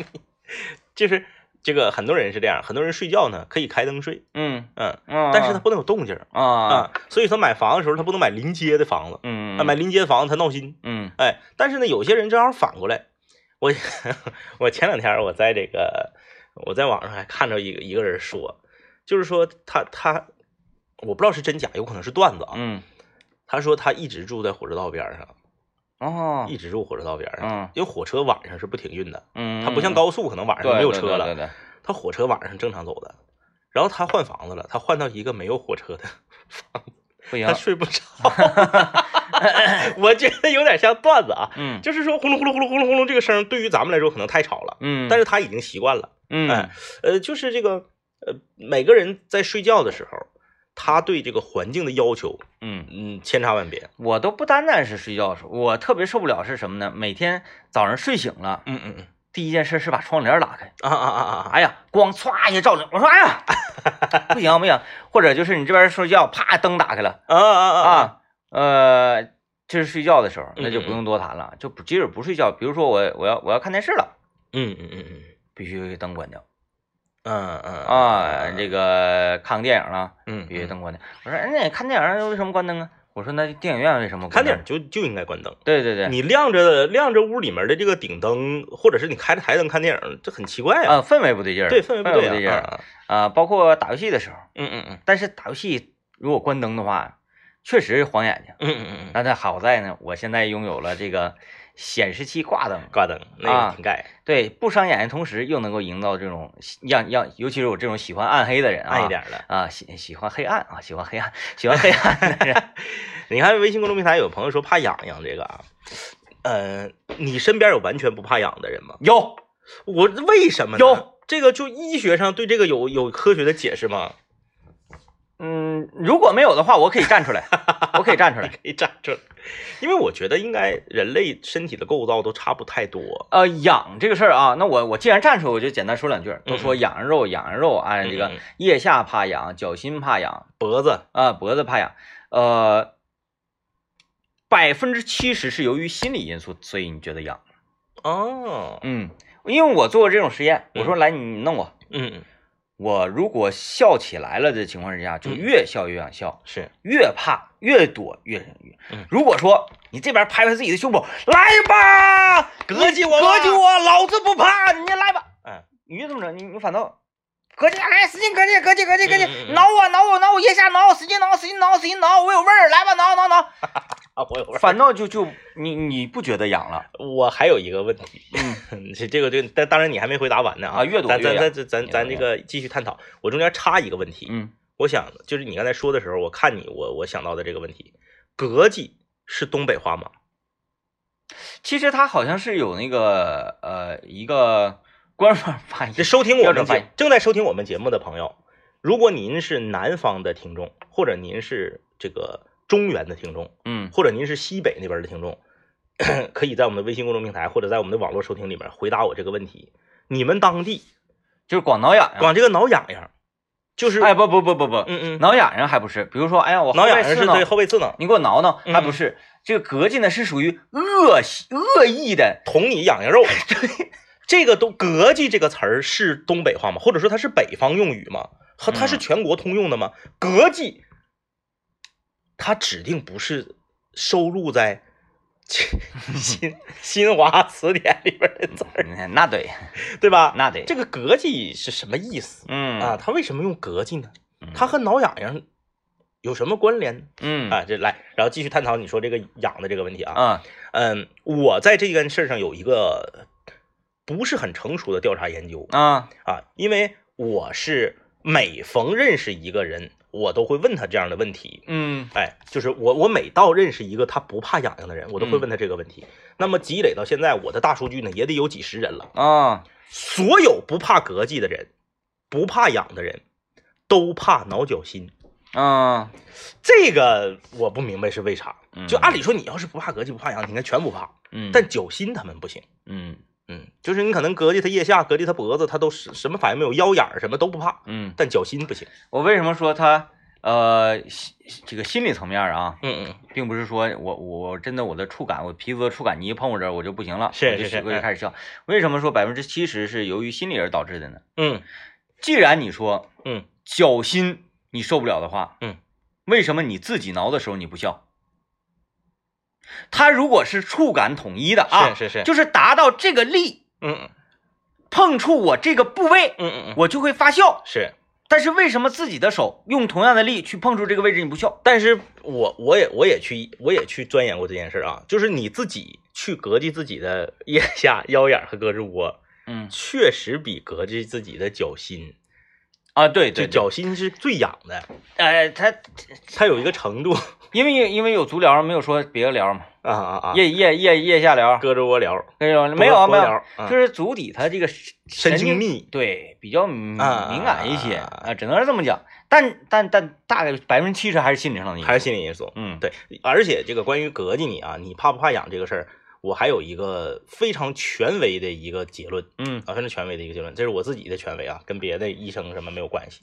Speaker 2: (laughs) 就是这个很多人是这样，很多人睡觉呢可以开灯睡，
Speaker 1: 嗯
Speaker 2: 嗯，
Speaker 1: 嗯，
Speaker 2: (laughs) 但是他不能有动静儿
Speaker 1: 他啊，
Speaker 2: 啊，所以说买房的时候他不能买临街的房子。
Speaker 1: 嗯，
Speaker 2: 啊，买临街的房子他闹心。
Speaker 1: 嗯
Speaker 2: 哎，但是呢，有些人正好反过来，我 (laughs) 我前两天我在这个我在网上还看着一个一个人说，就是说他他我不知道是真假，有可能是段子啊。
Speaker 1: 嗯
Speaker 2: 他说他一直住在火车道边上，
Speaker 1: 哦，
Speaker 2: 一直住火车道边上，
Speaker 1: 嗯
Speaker 2: 因为火车晚上是不停运的，
Speaker 1: 嗯，
Speaker 2: 它不像高速可能晚上
Speaker 1: 对
Speaker 2: 没有车
Speaker 1: 对
Speaker 2: 了，
Speaker 1: 对对
Speaker 2: 他火车晚上正常走的。然后他换房子了，他换到一个没有火车的房子，
Speaker 1: 对不
Speaker 2: 他
Speaker 1: 行，
Speaker 2: 睡不着。 (laughs) 我觉得有点像段子啊，
Speaker 1: 嗯
Speaker 2: 就是说轰隆轰隆轰隆轰隆轰隆这个声儿，对于咱们来说可能太吵了，
Speaker 1: 嗯，
Speaker 2: 但是他已经习惯了。
Speaker 1: 嗯
Speaker 2: 哎，呃，就是这个呃，每个人在睡觉的时候，他对这个环境的要求，
Speaker 1: 嗯，
Speaker 2: 嗯，千差万别。
Speaker 1: 我都不单单是睡觉的时候，我特别受不了是什么呢？每天早上睡醒了，
Speaker 2: 嗯嗯
Speaker 1: 第一件事是把窗帘打开，
Speaker 2: 啊啊啊啊啊！
Speaker 1: 哎呀，光歘一下照着，我说哎 (laughs) 呀，不行不行，或者就是你这边睡觉，啪灯打开了
Speaker 2: 啊啊啊啊！
Speaker 1: 啊，呃，这是睡觉的时候，那就不
Speaker 2: 嗯嗯
Speaker 1: 用多谈了，就不即使不睡觉，比如说我我要我要看电视了，
Speaker 2: 嗯嗯嗯嗯
Speaker 1: 必须给灯关掉
Speaker 2: 嗯嗯
Speaker 1: 啊，
Speaker 2: 这
Speaker 1: 这个看个电影了，
Speaker 2: 嗯
Speaker 1: 必须灯关掉。我说哎，那你看电影为什么关灯啊？我说那电影院为什么不关
Speaker 2: 看
Speaker 1: 灯
Speaker 2: 电影？就就应该关灯。
Speaker 1: 对对对，
Speaker 2: 你亮着亮着屋里面的这个顶灯，或者是你开着台灯看电影，这很奇怪啊。
Speaker 1: 啊，氛围不对劲儿，
Speaker 2: 对，氛围不
Speaker 1: 对
Speaker 2: 对
Speaker 1: 劲儿
Speaker 2: 啊。
Speaker 1: 啊，包括打游戏的时候，
Speaker 2: 嗯嗯嗯
Speaker 1: 但是打游戏如果关灯的话，确实晃眼睛。
Speaker 2: 嗯嗯嗯，
Speaker 1: 但是好在呢，我现在拥有了这个显示器挂灯，
Speaker 2: 挂灯那个挺盖，
Speaker 1: 对，不伤眼睛，同时又能够营造这种喜让让，尤其是我这种喜欢暗黑的人啊，
Speaker 2: 暗一点的。
Speaker 1: 啊，喜喜欢黑暗啊，喜欢黑暗，喜欢黑暗的人， (laughs)
Speaker 2: 你看微信公众平台有朋友说怕痒痒这个啊，呃，你身边有完全不怕痒的人吗？
Speaker 1: 有
Speaker 2: 我为什么呢
Speaker 1: 有
Speaker 2: 这个就医学上对这个有有科学的解释吗？
Speaker 1: 嗯，如果没有的话，我可以站出来，我可以站出来。
Speaker 2: 可以站出来，因为我觉得应该人类身体的构造都差不太多。
Speaker 1: 呃，痒这个事儿啊，那我我既然站出来，我就简单说两句儿，都说痒羊肉，痒羊肉，哎，这个
Speaker 2: 嗯嗯嗯
Speaker 1: 腋下怕痒，脚心怕痒，
Speaker 2: 脖子，
Speaker 1: 啊，脖子怕痒，呃，百分之七十是由于心理因素，所以你觉得痒。
Speaker 2: 哦，
Speaker 1: 嗯，因为我做过这种实验，我说
Speaker 2: 嗯
Speaker 1: 来你弄我，
Speaker 2: 嗯，
Speaker 1: 我如果笑起来了的情况之下，就
Speaker 2: 嗯
Speaker 1: 越笑越想笑，
Speaker 2: 是，
Speaker 1: 越怕越躲越想越
Speaker 2: 嗯。
Speaker 1: 如果说你这边拍拍自己的胸口，来吧，
Speaker 2: 膈
Speaker 1: 你
Speaker 2: 击我
Speaker 1: 膈
Speaker 2: 吧
Speaker 1: 击我，老子不怕，啊你来吧。
Speaker 2: 嗯，
Speaker 1: 你越这么整，你你反倒。膈击，来，使劲膈击，膈击，膈击，膈
Speaker 2: 嗯嗯
Speaker 1: 击，
Speaker 2: 嗯
Speaker 1: 挠我，挠啊我，挠我腋下，挠，使劲挠，使劲挠，使劲挠，我有味儿，来吧，挠，挠，挠，
Speaker 2: 啊，我有味儿。
Speaker 1: 反倒就就你你不觉得痒了？
Speaker 2: 我还有一个问题， (laughs) 这这个这，但当然你还没回答完呢
Speaker 1: 嗯啊越躲
Speaker 2: 咱
Speaker 1: 越
Speaker 2: 咱
Speaker 1: 痒
Speaker 2: 咱咱咱咱这
Speaker 1: 越
Speaker 2: 个继续探讨。我中间插一个问题，
Speaker 1: 嗯，
Speaker 2: 我想就是你刚才说的时候，我看你我我想到的这个问题，膈脊是东北话吗？
Speaker 1: 其实它好像是有那个呃一个官方翻译
Speaker 2: 这，收听我
Speaker 1: 标
Speaker 2: 们
Speaker 1: 准发音
Speaker 2: 节正在收听我们节目的朋友，如果您是南方的听众，或者您是这个中原的听众，
Speaker 1: 嗯
Speaker 2: 或者您是西北那边的听众， (coughs) 可以在我们的微信公众平台或者在我们的网络收听里面回答我这个问题。你们当地
Speaker 1: (laughs) 就是光挠痒痒。
Speaker 2: 光这个挠痒痒，就是
Speaker 1: 哎，不不不不不，
Speaker 2: 嗯嗯，
Speaker 1: 挠痒痒还不是，比如说，哎呀，我
Speaker 2: 挠
Speaker 1: 后
Speaker 2: 痒
Speaker 1: 背
Speaker 2: 痒
Speaker 1: 刺
Speaker 2: 是
Speaker 1: 挠
Speaker 2: 对，后背刺挠，
Speaker 1: 你给我挠挠，
Speaker 2: 嗯
Speaker 1: 还不是这个膈膈呢，是属于恶习恶意的， (laughs)
Speaker 2: 捅你痒痒肉。这个都“膈计”这个词儿是东北话吗？或者说它是北方用语吗？和它是
Speaker 1: 嗯
Speaker 2: 全国通用的吗？“膈计”，它指定不是收录在 (laughs) 新新华词典里边的词儿，
Speaker 1: 嗯那对
Speaker 2: 对吧？
Speaker 1: 那得，
Speaker 2: 这个“膈计”是什么意思
Speaker 1: 嗯
Speaker 2: 啊？它为什么用“膈计”呢
Speaker 1: 嗯？
Speaker 2: 它和挠痒痒有什么关联呢
Speaker 1: 嗯
Speaker 2: 啊？这来，然后继续探讨你说这个痒的这个问题啊。
Speaker 1: 啊
Speaker 2: 嗯，我在这件事上有一个不是很成熟的调查研究
Speaker 1: 啊
Speaker 2: 啊，因为我是每逢认识一个人，我都会问他这样的问题。
Speaker 1: 嗯
Speaker 2: 哎，就是我，我每到认识一个他不怕痒痒的人，我都会问他这个
Speaker 1: 嗯
Speaker 2: 问题。那么积累到现在，我的大数据呢也得有几十人了。
Speaker 1: 啊，
Speaker 2: 所有不怕膈气的人，不怕痒的人，都怕挠脚心。
Speaker 1: 嗯，
Speaker 2: 这个我不明白是为啥。就
Speaker 1: 嗯
Speaker 2: 按理说，你要是不怕膈气、不怕痒，你应该全不怕，
Speaker 1: 嗯，
Speaker 2: 但脚心他们不行。
Speaker 1: 嗯
Speaker 2: 嗯，就是你可能膈计他腋下，膈计他脖子，他都是什么反应没有，腰眼儿什么都不怕，
Speaker 1: 嗯，
Speaker 2: 但脚心不行。
Speaker 1: 我为什么说他呃心这个心理层面啊，
Speaker 2: 嗯嗯，
Speaker 1: 并不是说我我真的我的触感，我皮肤的触感，你一碰我这儿我就不行了，
Speaker 2: 是
Speaker 1: 我就是
Speaker 2: 是哎
Speaker 1: 我就开始笑。为什么说百分之七十是由于心理而导致的呢？
Speaker 2: 嗯
Speaker 1: 既然你说
Speaker 2: 嗯
Speaker 1: 脚心你受不了的话，
Speaker 2: 嗯，
Speaker 1: 为什么你自己挠的时候你不笑？它如果是触感统一的啊，
Speaker 2: 是是是
Speaker 1: 就是达到这个力
Speaker 2: 嗯
Speaker 1: 碰触我这个部位，
Speaker 2: 嗯嗯嗯，
Speaker 1: 我就会发笑。
Speaker 2: 是。
Speaker 1: 但是为什么自己的手用同样的力去碰触这个位置你不笑？
Speaker 2: 但是我我也我也去我也去钻研过这件事儿啊，就是你自己去膈计自己的腋下、腰眼儿和胳肢窝，
Speaker 1: 嗯
Speaker 2: 确实比膈计自己的脚心，
Speaker 1: 啊，对
Speaker 2: 就
Speaker 1: 对对，
Speaker 2: 脚心是最痒的，
Speaker 1: 呃，它
Speaker 2: 它有一个程度 (laughs)
Speaker 1: 因为因为有足疗没有说别的疗嘛。
Speaker 2: 啊啊啊，
Speaker 1: 腋腋腋腋下疗，
Speaker 2: 胳肢窝疗，
Speaker 1: 没有没有啊
Speaker 2: 脖
Speaker 1: 没
Speaker 2: 脖
Speaker 1: 有
Speaker 2: 疗，嗯
Speaker 1: 就是足底它这个神
Speaker 2: 神经密
Speaker 1: 对比较敏
Speaker 2: 啊
Speaker 1: 敏感一些
Speaker 2: 啊啊啊
Speaker 1: 啊，只能是这么讲。但但但大概百分之七十还是心理上的因素，
Speaker 2: 还是心理因素。
Speaker 1: 嗯
Speaker 2: 对，而且这个关于膈计你啊，你怕不怕痒这个事儿，我还有一个非常权威的一个结论
Speaker 1: 嗯，
Speaker 2: 啊，非常权威的一个结论，这是我自己的权威啊，跟别的医生什么没有关系。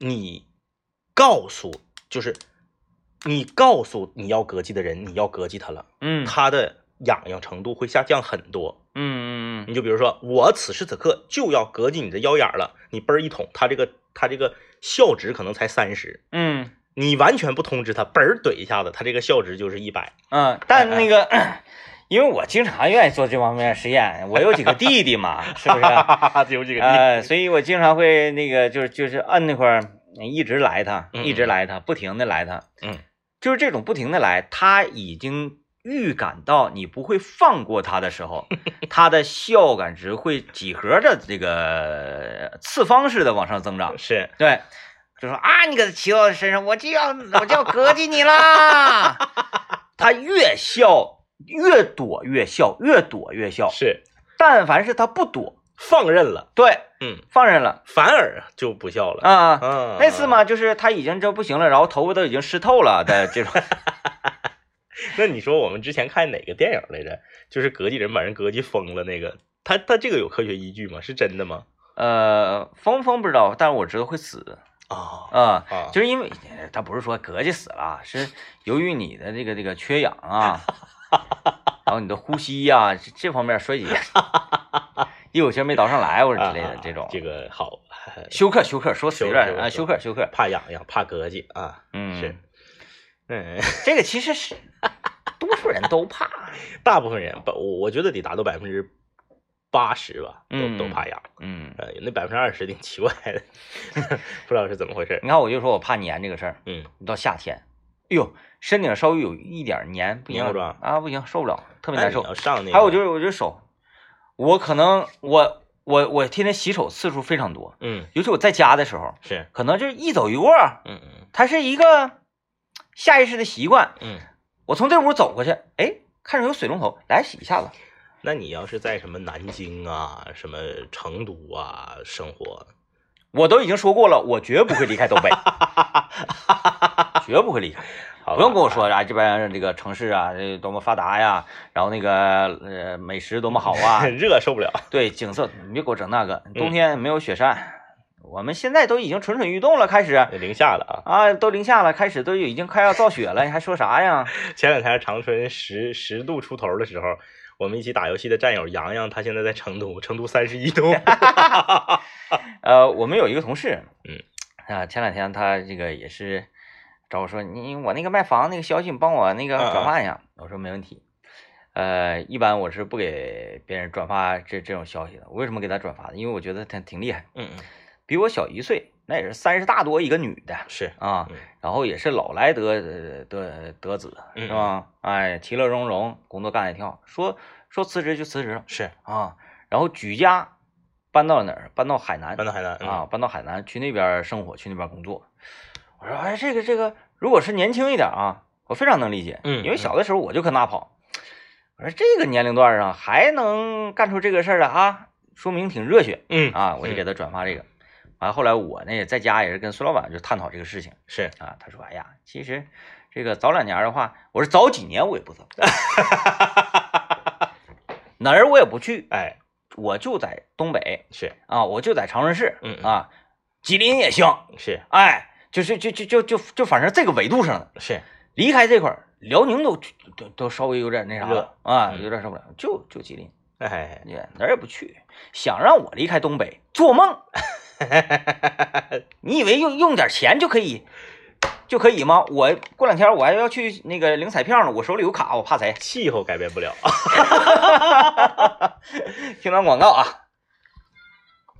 Speaker 2: 你告诉，就是你告诉你要膈气的人，你要膈气他了，
Speaker 1: 嗯
Speaker 2: 他的痒痒程度会下降很多。
Speaker 1: 嗯嗯嗯
Speaker 2: 你就比如说，我此时此刻就要膈进你的腰眼儿了，你嘣儿一捅，他这个他这个效值可能才三十，
Speaker 1: 嗯
Speaker 2: 你完全不通知他，嘣儿怼一下子，他这个效值就是一百。
Speaker 1: 嗯，但
Speaker 2: 哎
Speaker 1: 那个，因为我经常愿意做这方面的实验，我有几个弟弟
Speaker 2: (laughs)
Speaker 1: 嘛，是不是？
Speaker 2: 有几个
Speaker 1: 呃，所以我经常会那个，就是就是按那块儿一直来他，
Speaker 2: 嗯
Speaker 1: 一直来他，不停的来他，
Speaker 2: 嗯，
Speaker 1: 就是这种不停的来，他已经预感到你不会放过他的时
Speaker 2: (laughs)
Speaker 1: 候，他的效感值会几何的这个次方式的往上增长，
Speaker 2: 是，
Speaker 1: 对，就说啊，你给他骑到我身上，我就要我就要膈击你啦，他越笑越躲越笑，越躲越笑，
Speaker 2: 是
Speaker 1: 但凡是他不躲，
Speaker 2: 放任了，
Speaker 1: 对，
Speaker 2: 嗯，
Speaker 1: 放任了
Speaker 2: 反而就不笑了。
Speaker 1: 啊。
Speaker 2: 嗯，
Speaker 1: 那次？嘛，就是他已经这不行了，然后头发都已经湿透了的这种， (laughs)
Speaker 2: 那你说我们之前看哪个电影来着？就是膈计人把人膈计疯了那个，他他这个有科学依据吗？是真的吗？
Speaker 1: 呃，峰峰不知道，但是我知道会死
Speaker 2: 啊
Speaker 1: 啊、
Speaker 2: 啊，
Speaker 1: 就是因为呃他不是说膈气死了，是由于你的这个这个缺氧
Speaker 2: (laughs)
Speaker 1: 啊，然后你的呼吸呀、这这方面衰
Speaker 2: (laughs)
Speaker 1: 竭，一有些没倒上来或者之类的这种。
Speaker 2: 啊这个好，
Speaker 1: 休克，休克，说随
Speaker 2: 休
Speaker 1: 便
Speaker 2: 克
Speaker 1: 啊，
Speaker 2: 休
Speaker 1: 休
Speaker 2: 克
Speaker 1: 克，休克，
Speaker 2: 怕痒痒，怕膈气啊，
Speaker 1: 嗯，
Speaker 2: 是，嗯。 (laughs)
Speaker 1: 这个其实是多数人都怕，
Speaker 2: 大部分人吧，我我觉得得达到百分之八十吧，都、
Speaker 1: 嗯
Speaker 2: 都怕痒。
Speaker 1: 嗯，
Speaker 2: 呃，那百分之二十挺奇怪的， (laughs) 不知道是怎么回事。
Speaker 1: 你看我就说我怕粘这个事儿，
Speaker 2: 嗯，
Speaker 1: 你到夏天，哎呦，身顶稍微有一点儿粘，不行
Speaker 2: 粘不住啊
Speaker 1: 啊，不行，受不了，特
Speaker 2: 特
Speaker 1: 别难受。
Speaker 2: 上那个，
Speaker 1: 还有就是，我就是手，我可能我我我天天洗手次数非常多，
Speaker 2: 嗯，
Speaker 1: 尤其我在家的时候，
Speaker 2: 是，
Speaker 1: 可能就是一走一过，
Speaker 2: 嗯嗯
Speaker 1: 它是一个下意识的习惯。
Speaker 2: 嗯。
Speaker 1: 我从这屋走过去，哎，看着有水龙头，来洗一下子。
Speaker 2: 那你要是在什么南京啊、什么成都啊生活，
Speaker 1: 我都已经说过了，我绝不会离开东
Speaker 2: (laughs)
Speaker 1: 北，绝不会离开。
Speaker 2: 好吧
Speaker 1: 不用跟我说啊，这边这个城市啊，这多么发达呀，然后那个呃美食多么好啊，
Speaker 2: (laughs) 热受不了。
Speaker 1: 对景色，你别给我整那个。冬天没有雪山，我们现在都已经蠢蠢欲动了，开始
Speaker 2: 零下了啊！
Speaker 1: 啊，都零下了，开始都已经快要造雪了，你还说啥呀？
Speaker 2: 前两天长春十十度出头的时候，我们一起打游戏的战友洋洋，他现在在成都，成都三十
Speaker 1: (laughs)
Speaker 2: 一度。
Speaker 1: 呃，我们有一个同事，
Speaker 2: 嗯，
Speaker 1: 啊，前两天他这个也是找我说，你我那个卖房那个消息，你帮我那个
Speaker 2: 嗯嗯
Speaker 1: 转发一下。我说没问题。呃，一般我是不给别人转发这这种消息的。我为什么给他转发呢？因为我觉得他挺厉害，
Speaker 2: 嗯嗯，
Speaker 1: 比我小一岁，那也是三十大多一个女的
Speaker 2: 是，
Speaker 1: 啊
Speaker 2: 嗯，
Speaker 1: 然后也是老来得呃得得子
Speaker 2: 嗯
Speaker 1: 是吧？哎，其乐融融，工作干得挺好。说说辞职就辞职了
Speaker 2: 是，
Speaker 1: 啊，然后举家搬到了哪儿？搬到海南
Speaker 2: 搬到海南嗯
Speaker 1: 啊，搬到海南去那边生活，去那边工作。我说，哎，这个这个，如果是年轻一点啊，我非常能理解，
Speaker 2: 嗯
Speaker 1: 因为小的时候我就跟他跑，我说这个年龄段啊还能干出这个事儿来啊，说明挺热血
Speaker 2: 嗯
Speaker 1: 啊，我就给他转发这个。完后来我呢在家也是跟孙老板就探讨这个事情
Speaker 2: 是，
Speaker 1: 啊，他说，哎呀，其实这个早两年的话，我说早几年我也不走，哪儿我也不去，
Speaker 2: 哎，
Speaker 1: 我就在东北
Speaker 2: 是
Speaker 1: 啊，我就在长春市，
Speaker 2: 嗯嗯
Speaker 1: 啊，吉林也行，
Speaker 2: 是
Speaker 1: 哎，就是就就就就就反正这个维度上的，
Speaker 2: 是，
Speaker 1: 离开这块儿，辽宁都都都稍微有点那啥了
Speaker 2: 热
Speaker 1: 啊，
Speaker 2: 嗯
Speaker 1: 有点受不了，就就吉林，
Speaker 2: 哎，
Speaker 1: 也哪儿也不去，想让我离开东北，做梦！ (laughs) 你以为用用点钱就可以就可以吗？我过两天我还要去那个领彩票呢，我手里有卡，我怕谁？
Speaker 2: 气候改变不了。
Speaker 1: 听咱广告啊，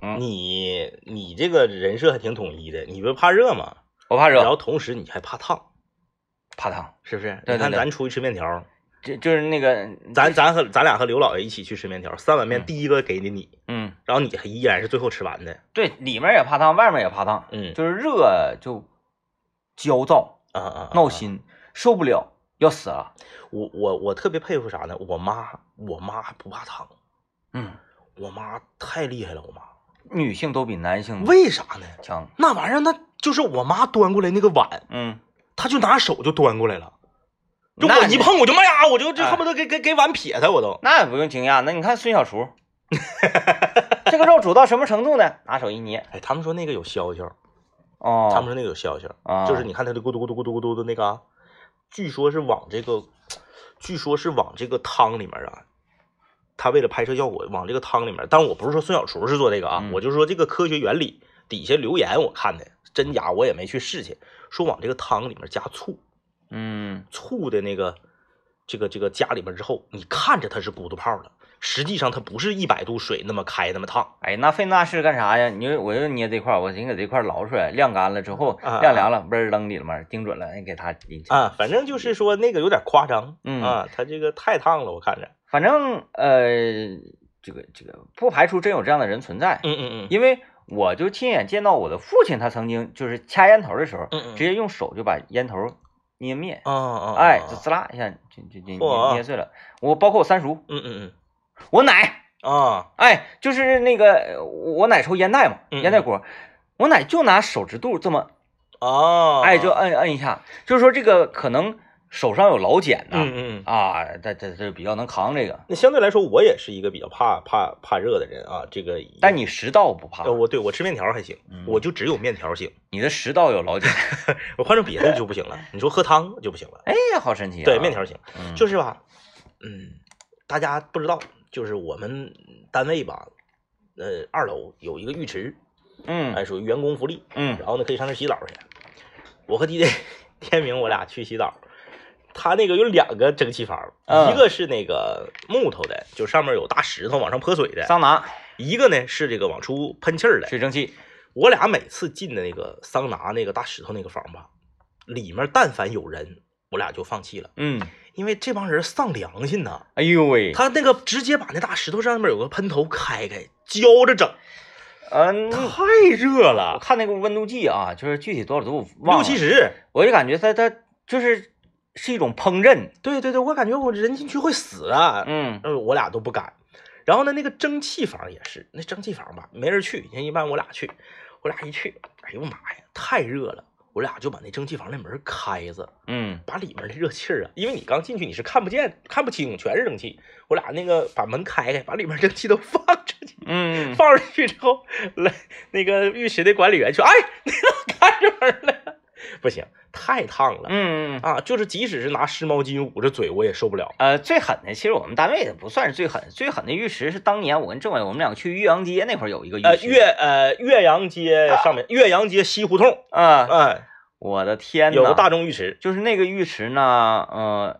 Speaker 1: 嗯
Speaker 2: 你你这个人设还挺统一的，你不是怕热吗？
Speaker 1: 我怕
Speaker 2: 然
Speaker 1: 热，
Speaker 2: 后同时你还怕烫，
Speaker 1: 怕烫，
Speaker 2: 是不是？
Speaker 1: 对对
Speaker 2: 你看
Speaker 1: 对
Speaker 2: 咱出去吃面条，
Speaker 1: 这就是那个
Speaker 2: 咱咱和咱俩和刘老爷一起去吃面条，三碗面
Speaker 1: 嗯
Speaker 2: 第一个给的你，
Speaker 1: 嗯，
Speaker 2: 然后你还依然是最后吃完的。
Speaker 1: 对，里面也怕烫，外面也怕烫，
Speaker 2: 嗯
Speaker 1: 就是热就焦躁。
Speaker 2: 啊啊，啊
Speaker 1: 闹！心，受不了，要死了。
Speaker 2: 我我我特别佩服啥呢？我妈我妈还不怕烫，
Speaker 1: 嗯，
Speaker 2: 我妈太厉害了，我妈
Speaker 1: 女性都比男性
Speaker 2: 为啥呢？
Speaker 1: 强。
Speaker 2: 那玩意儿那就是我妈端过来那个碗，
Speaker 1: 嗯，
Speaker 2: 她就拿手就端过来了。就
Speaker 1: 那
Speaker 2: 我一碰我就妈呀，我就就
Speaker 1: 啊
Speaker 2: 恨不得给给给碗撇他，我都
Speaker 1: 那也不用惊讶。那你看孙小厨，这个肉煮到什么程度呢？拿手一捏，
Speaker 2: 哎，他们说那个有消消，
Speaker 1: 哦，
Speaker 2: 他们说那个有消消，
Speaker 1: 啊，
Speaker 2: 就是你看它的咕嘟咕嘟咕嘟咕嘟的那个啊，据说是往这个，据说是往这个汤里面啊，他为了拍摄效果往这个汤里面，但我不是说孙小厨是做这个啊，
Speaker 1: 嗯
Speaker 2: 我就说这个科学原理底下留言我看的真假我也没去试去，说往这个汤里面加醋，
Speaker 1: 嗯，
Speaker 2: 醋的那个这个这个加里面之后，你看着它是咕嘟泡的，实际上它不是一百度水那么开那么烫，
Speaker 1: 哎，那费那事干啥呀？你说我又捏这块儿，我先给这块儿捞出来，晾干了之后，
Speaker 2: 啊
Speaker 1: 晾凉了，不是扔里面，盯准了，你给它拎去。
Speaker 2: 啊，反正就是说那个有点夸张，
Speaker 1: 嗯
Speaker 2: 啊，它这个太烫了，我看着，
Speaker 1: 反正呃，这个这个不排除真有这样的人存在，
Speaker 2: 嗯嗯嗯。
Speaker 1: 因为我就亲眼见到我的父亲，他曾经就是掐烟头的时候，
Speaker 2: 嗯嗯
Speaker 1: 直接用手就把烟头捏灭，
Speaker 2: 啊啊！
Speaker 1: 哎，
Speaker 2: 啊
Speaker 1: 就滋啦一下就就就捏
Speaker 2: 嚯
Speaker 1: 捏碎了。我包括我三叔，
Speaker 2: 嗯嗯
Speaker 1: 我奶，
Speaker 2: 嗯啊，
Speaker 1: 哎，就是那个呃我奶抽烟袋嘛，
Speaker 2: 嗯嗯
Speaker 1: 烟袋锅，我奶就拿手指肚这么，
Speaker 2: 哦，
Speaker 1: 哎，就摁摁一下，就是说这个可能手上有老茧呐、
Speaker 2: 嗯嗯嗯。
Speaker 1: 啊，这这这比较能扛这个，
Speaker 2: 那相对来说，我也是一个比较怕怕怕热的人啊。这个，
Speaker 1: 但你食道不怕
Speaker 2: 呃，，我对我吃面条还行，
Speaker 1: 嗯
Speaker 2: 我就只有面条行，
Speaker 1: 你的食道有老茧， (laughs)
Speaker 2: 我换成别的就不行了。你说喝汤就不行了，
Speaker 1: 哎，好神奇、啊，
Speaker 2: 对，面条行，
Speaker 1: 嗯
Speaker 2: 就是吧，嗯，大家不知道，就是我们单位吧，呃，二楼有一个浴池，
Speaker 1: 嗯
Speaker 2: 哎，属于员工福利，
Speaker 1: 嗯
Speaker 2: 然后呢可以上那儿洗澡去。我和 DJ (laughs) 天明我俩去洗澡，他那个有两个蒸汽房，
Speaker 1: 嗯
Speaker 2: 一个是那个木头的，就上面有大石头往上泼水的；
Speaker 1: 桑拿
Speaker 2: 一个呢是这个往出喷气儿的。
Speaker 1: 水蒸气，
Speaker 2: 我俩每次进的那个桑拿那个大石头那个房吧，里面但凡有人，我俩就放弃了，
Speaker 1: 嗯，
Speaker 2: 因为这帮人丧良心呐，
Speaker 1: 哎呦喂，
Speaker 2: 他那个直接把那大石头上面有个喷头开开，浇着整，
Speaker 1: 嗯，
Speaker 2: 太热
Speaker 1: 我
Speaker 2: 了，
Speaker 1: 看那个温度计啊，就是具体多少度忘
Speaker 2: 六
Speaker 1: 了，
Speaker 2: 七十。
Speaker 1: 我就感觉它它就是是一种烹饪，
Speaker 2: 对对对，我感觉我人进去会死啊。
Speaker 1: 嗯
Speaker 2: 呃，我俩都不敢。然后呢，那个蒸汽房也是，那蒸汽房吧，没人去，人一般我俩去，我俩一去，哎呦妈呀，太热了，我俩就把那蒸汽房那门开着，
Speaker 1: 嗯
Speaker 2: 把里面的热气儿啊，因为你刚进去你是看不见、看不清，全是蒸汽。我俩那个把门开开，把里面蒸汽都放出去，
Speaker 1: 嗯，
Speaker 2: (laughs) 放出去之后，来那个浴池的管理员说：“哎，那个开着门了， (laughs) 不行，太烫了。”
Speaker 1: 嗯嗯，
Speaker 2: 啊，就是即使是拿湿毛巾捂着嘴，我也受不了。
Speaker 1: 呃，最狠的其实我们单位也不算是最狠，最狠的浴池是当年我跟政委我们两个去岳阳街那块儿有一个浴
Speaker 2: 呃，
Speaker 1: 池，
Speaker 2: 岳呃岳阳街上面，岳阳街西胡同，
Speaker 1: 啊、
Speaker 2: 哎，
Speaker 1: 我的天呐，
Speaker 2: 有个大众浴池，
Speaker 1: 就是那个浴池呢，呃，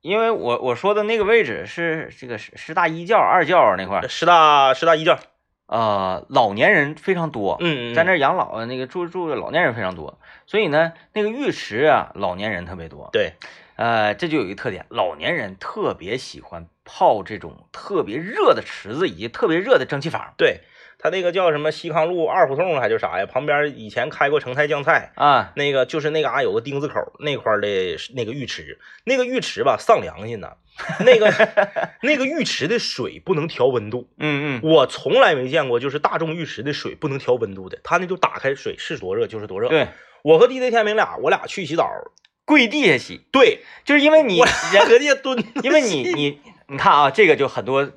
Speaker 1: 因为我我说的那个位置是这个师师大一教二教那块儿，
Speaker 2: 师大师大一教，
Speaker 1: 呃，老年人非常多，
Speaker 2: 嗯，嗯
Speaker 1: 在那儿养老的啊那个住住的老年人非常多，所以呢，那个浴池啊，老年人特别多。
Speaker 2: 对，
Speaker 1: 呃，这就有一个特点，老年人特别喜欢泡这种特别热的池子以及特别热的蒸汽房
Speaker 2: 对，他那个叫什么西康路二胡同还叫啥呀？旁边以前开过成泰酱菜，
Speaker 1: 啊。
Speaker 2: 那个就是那嘎、有个丁字口那块儿的那个浴池，那个浴池吧丧良心呐，
Speaker 1: (laughs)
Speaker 2: 那个那个浴池的水不能调温度，
Speaker 1: 嗯嗯，
Speaker 2: 我从来没见过就是大众浴池的水不能调温度的，他那就打开水是多热就是多热。，
Speaker 1: 对，
Speaker 2: 我和 DJ 天明俩，我俩去洗澡，
Speaker 1: 跪地下洗，
Speaker 2: 对，
Speaker 1: 就是因为你
Speaker 2: 我
Speaker 1: (laughs) 人，
Speaker 2: 搁地下 (laughs) 蹲，
Speaker 1: 因为你 (laughs) 你你看啊，这个就很多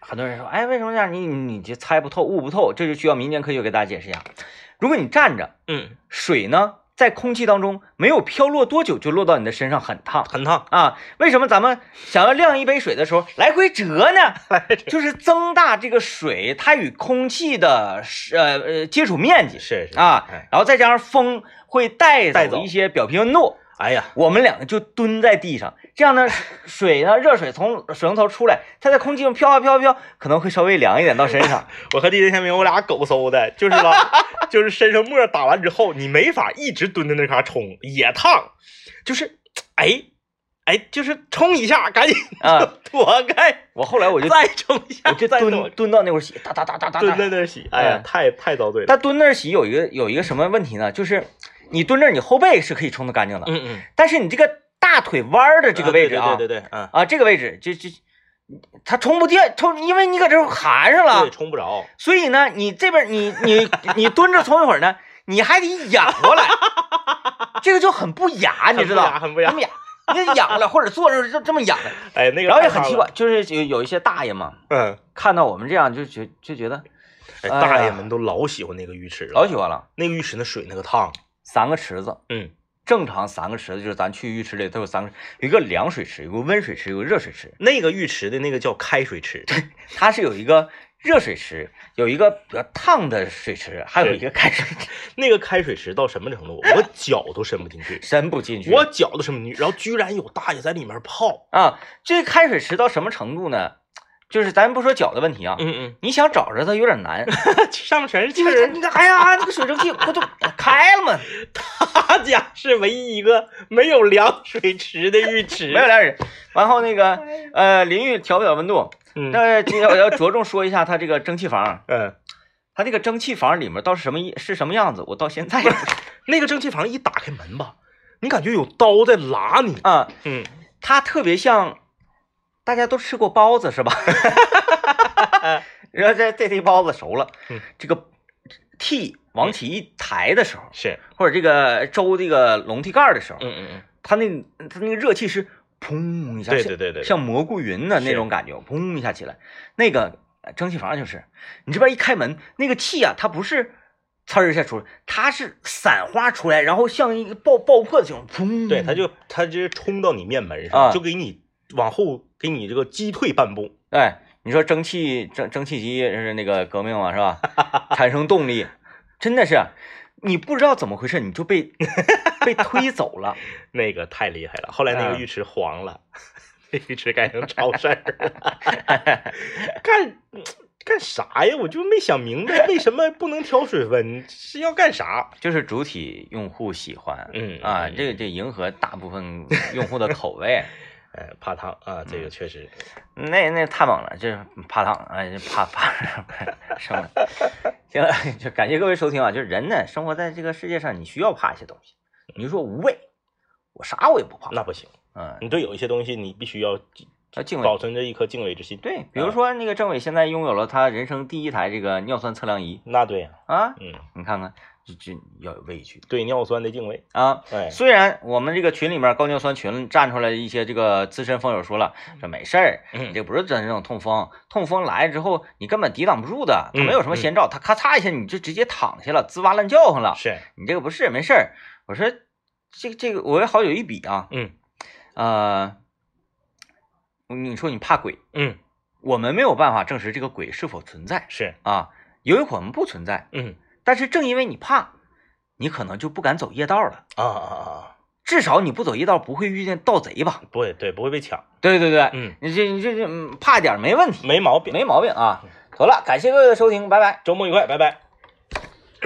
Speaker 1: 很多人说，哎，为什么这样？你你就猜不透、悟不透，这就需要民间科学给大家解释一下。如果你站着，
Speaker 2: 嗯，
Speaker 1: 水呢在空气当中没有飘落多久就落到你的身上，很烫。
Speaker 2: 很烫，
Speaker 1: 啊，为什么咱们想要晾一杯水的时候来回折呢？就是增大这个水它与空气的呃呃接触面积
Speaker 2: 是是
Speaker 1: 啊
Speaker 2: 哎，
Speaker 1: 然后再加上风会带
Speaker 2: 带
Speaker 1: 走
Speaker 2: 走
Speaker 1: 一些表皮温度，
Speaker 2: 哎呀，
Speaker 1: 我们两个就蹲在地上，这样呢水呢热水从水龙头出来，它在空气中飘啊飘啊飘，可能会稍微凉一点到身上。
Speaker 2: 我和 DJ 天明我俩狗搜的， (laughs) 就是
Speaker 1: (laughs)
Speaker 2: 吧，就是身上沫打完之后，你没法一直蹲在那嘎冲，也烫，就是，哎，哎，就是冲一下， (laughs) 赶紧
Speaker 1: 啊
Speaker 2: 躲开，
Speaker 1: 我后来我就
Speaker 2: 再冲一下，
Speaker 1: 我就
Speaker 2: 再躲
Speaker 1: 蹲蹲到那块儿洗，哒哒哒哒哒
Speaker 2: 蹲在
Speaker 1: 哒。
Speaker 2: 那儿洗，哎呀
Speaker 1: 嗯，
Speaker 2: 太太遭罪了，
Speaker 1: 但蹲那儿洗有一个有一个什么问题呢？就是你蹲那儿，你后背是可以冲得干净的，
Speaker 2: 嗯嗯，
Speaker 1: 但是你这个大腿弯儿 (laughs) 的这个位置啊，
Speaker 2: 对对对对，嗯，
Speaker 1: 啊，这个位置就就它冲不掉，冲，因为你搁这儿含上
Speaker 2: 对，
Speaker 1: 了，
Speaker 2: 冲不着，
Speaker 1: 所以呢，你这边你你 (laughs) 你蹲着冲一会儿
Speaker 2: (laughs)
Speaker 1: 呢，你还得仰过来，这个就很不雅，你知道，
Speaker 2: 很不雅很不雅
Speaker 1: 不雅。你仰着或者坐着就这么
Speaker 2: (laughs)
Speaker 1: 仰着，
Speaker 2: 哎，那个
Speaker 1: 然后也
Speaker 2: 太
Speaker 1: 很
Speaker 2: 烫
Speaker 1: 奇
Speaker 2: 了
Speaker 1: 怪，，就是有有一些大爷嘛，
Speaker 2: 嗯，
Speaker 1: 看到我们这样就觉就觉得
Speaker 2: 哎，
Speaker 1: 哎
Speaker 2: 大
Speaker 1: 呀
Speaker 2: 爷们都老喜欢那个浴池了，
Speaker 1: 老喜欢了，
Speaker 2: 那个浴池那水那个烫，
Speaker 1: 三个池子。
Speaker 2: 嗯，
Speaker 1: 正常三个池子，就是咱去浴池里，它有三个，有一个凉水池，有个温水池，有个热水池。
Speaker 2: 那个浴池的那个叫开水池， (laughs)
Speaker 1: 它是有一个热水池，有一个比较烫的水池，还有一个开水池，，
Speaker 2: 那个开水池到什么程度？我脚都伸不进去
Speaker 1: 伸不进去。
Speaker 2: (laughs) 我脚都伸不进去，然后居然有大爷在里面泡，
Speaker 1: 啊，这开水池到什么程度呢？就是咱不说脚的问题啊，
Speaker 2: 嗯
Speaker 1: 你想找着它有点难，
Speaker 2: 嗯，上面全是气
Speaker 1: 就
Speaker 2: 嗯
Speaker 1: 是它
Speaker 2: 儿，
Speaker 1: 你看，哎呀，那个水蒸气不就开了吗？
Speaker 2: 他家是唯一一个没有凉水池的浴 (laughs) 池，
Speaker 1: 没有凉水。完后那个呃，淋浴调不了温度。
Speaker 2: 嗯
Speaker 1: 那今天我要着重说一下它这个蒸汽房，
Speaker 2: 嗯，
Speaker 1: 它这个蒸汽房里面到底什么一是什么样子，我到现在也不知道
Speaker 2: 那个蒸汽房一打开门吧，你感觉有刀在拉你，
Speaker 1: 啊，
Speaker 2: 嗯，
Speaker 1: 它特别像，大家都吃过包子是吧？ (laughs) 然后这这屉包子熟了
Speaker 2: 嗯，
Speaker 1: 这个屉往起一抬的时候，
Speaker 2: 是，
Speaker 1: 或者这个周这个笼屉盖儿的时候，
Speaker 2: 嗯嗯嗯，
Speaker 1: 它那个它那个热气是砰一下，
Speaker 2: 对
Speaker 1: 像
Speaker 2: 对对对，对
Speaker 1: 像蘑菇云的那种感觉，砰一下起来。那个呃蒸汽房就是，你这边一开门，那个气啊，它不是呲儿一下出来，它是散花出来，然后像一个爆爆破的这种，砰，
Speaker 2: 对，他就他就是冲到你面门
Speaker 1: 啊
Speaker 2: 上，就给你往后给你这个击退半步。
Speaker 1: 哎，你说蒸汽蒸蒸汽机是那个革命嘛，是吧？ (laughs) 产生动力，真的是你不知道怎么回事，你就被被推走了。
Speaker 2: 那个太厉害了。后来那个
Speaker 1: 嗯
Speaker 2: 浴池黄了，那浴池改成超市儿了，
Speaker 1: (laughs)
Speaker 2: 干干啥呀？我就没想明白为什么不能调水温，是要干啥？
Speaker 1: (laughs) 就是主体用户喜欢，
Speaker 2: 嗯
Speaker 1: 啊，
Speaker 2: 嗯
Speaker 1: 这个这迎合大部分用户的口味，
Speaker 2: 哎，怕烫啊，这
Speaker 1: 嗯
Speaker 2: 个确实，
Speaker 1: (laughs) 那那太猛了，就是怕烫，哎，就怕怕什么？行了，就感谢各位收听啊！就是人呢，生活在这个世界上，你需要怕一些东西。你就说无畏，我啥我也不怕，
Speaker 2: 那不行，
Speaker 1: 嗯，
Speaker 2: 你对有一些东西你必须要
Speaker 1: 要敬畏
Speaker 2: 保。存着一颗敬畏之心。，
Speaker 1: 对，比如说那个政委现在拥有了他人生第一台这个尿酸测量仪
Speaker 2: 那对呀、
Speaker 1: 啊，
Speaker 2: 嗯，
Speaker 1: 你看看，这这要有畏惧
Speaker 2: 对尿酸的敬畏，
Speaker 1: 啊。
Speaker 2: 哎，
Speaker 1: 虽然我们这个群里面高尿酸群站出来一些这个资深风友说了，这没事儿，你
Speaker 2: 嗯
Speaker 1: 这不是真正痛风，痛风来之后你根本抵挡不住的，它
Speaker 2: 嗯
Speaker 1: 没有什么先兆，它咔嚓一下你就直接躺下了，吱哇乱叫唤了。
Speaker 2: 是，
Speaker 1: 你这个不是没事儿，我说这这个我也好有一比啊，
Speaker 2: 嗯
Speaker 1: 呃，你说你怕鬼，
Speaker 2: 嗯
Speaker 1: 我们没有办法证实这个鬼是否存在
Speaker 2: 是，
Speaker 1: 啊，有一可能不存在，
Speaker 2: 嗯
Speaker 1: 但是正因为你怕，你可能就不敢走夜道了。
Speaker 2: 啊啊啊，
Speaker 1: 至少你不走夜道，不会遇见盗贼吧？
Speaker 2: 不会对，不会被抢，
Speaker 1: 对对对，
Speaker 2: 嗯，
Speaker 1: 你这你这这嗯怕点儿没问题，
Speaker 2: 没毛病，
Speaker 1: 嗯没毛病啊。好了，感谢各位的收听，拜拜。
Speaker 2: 周末愉快，拜拜。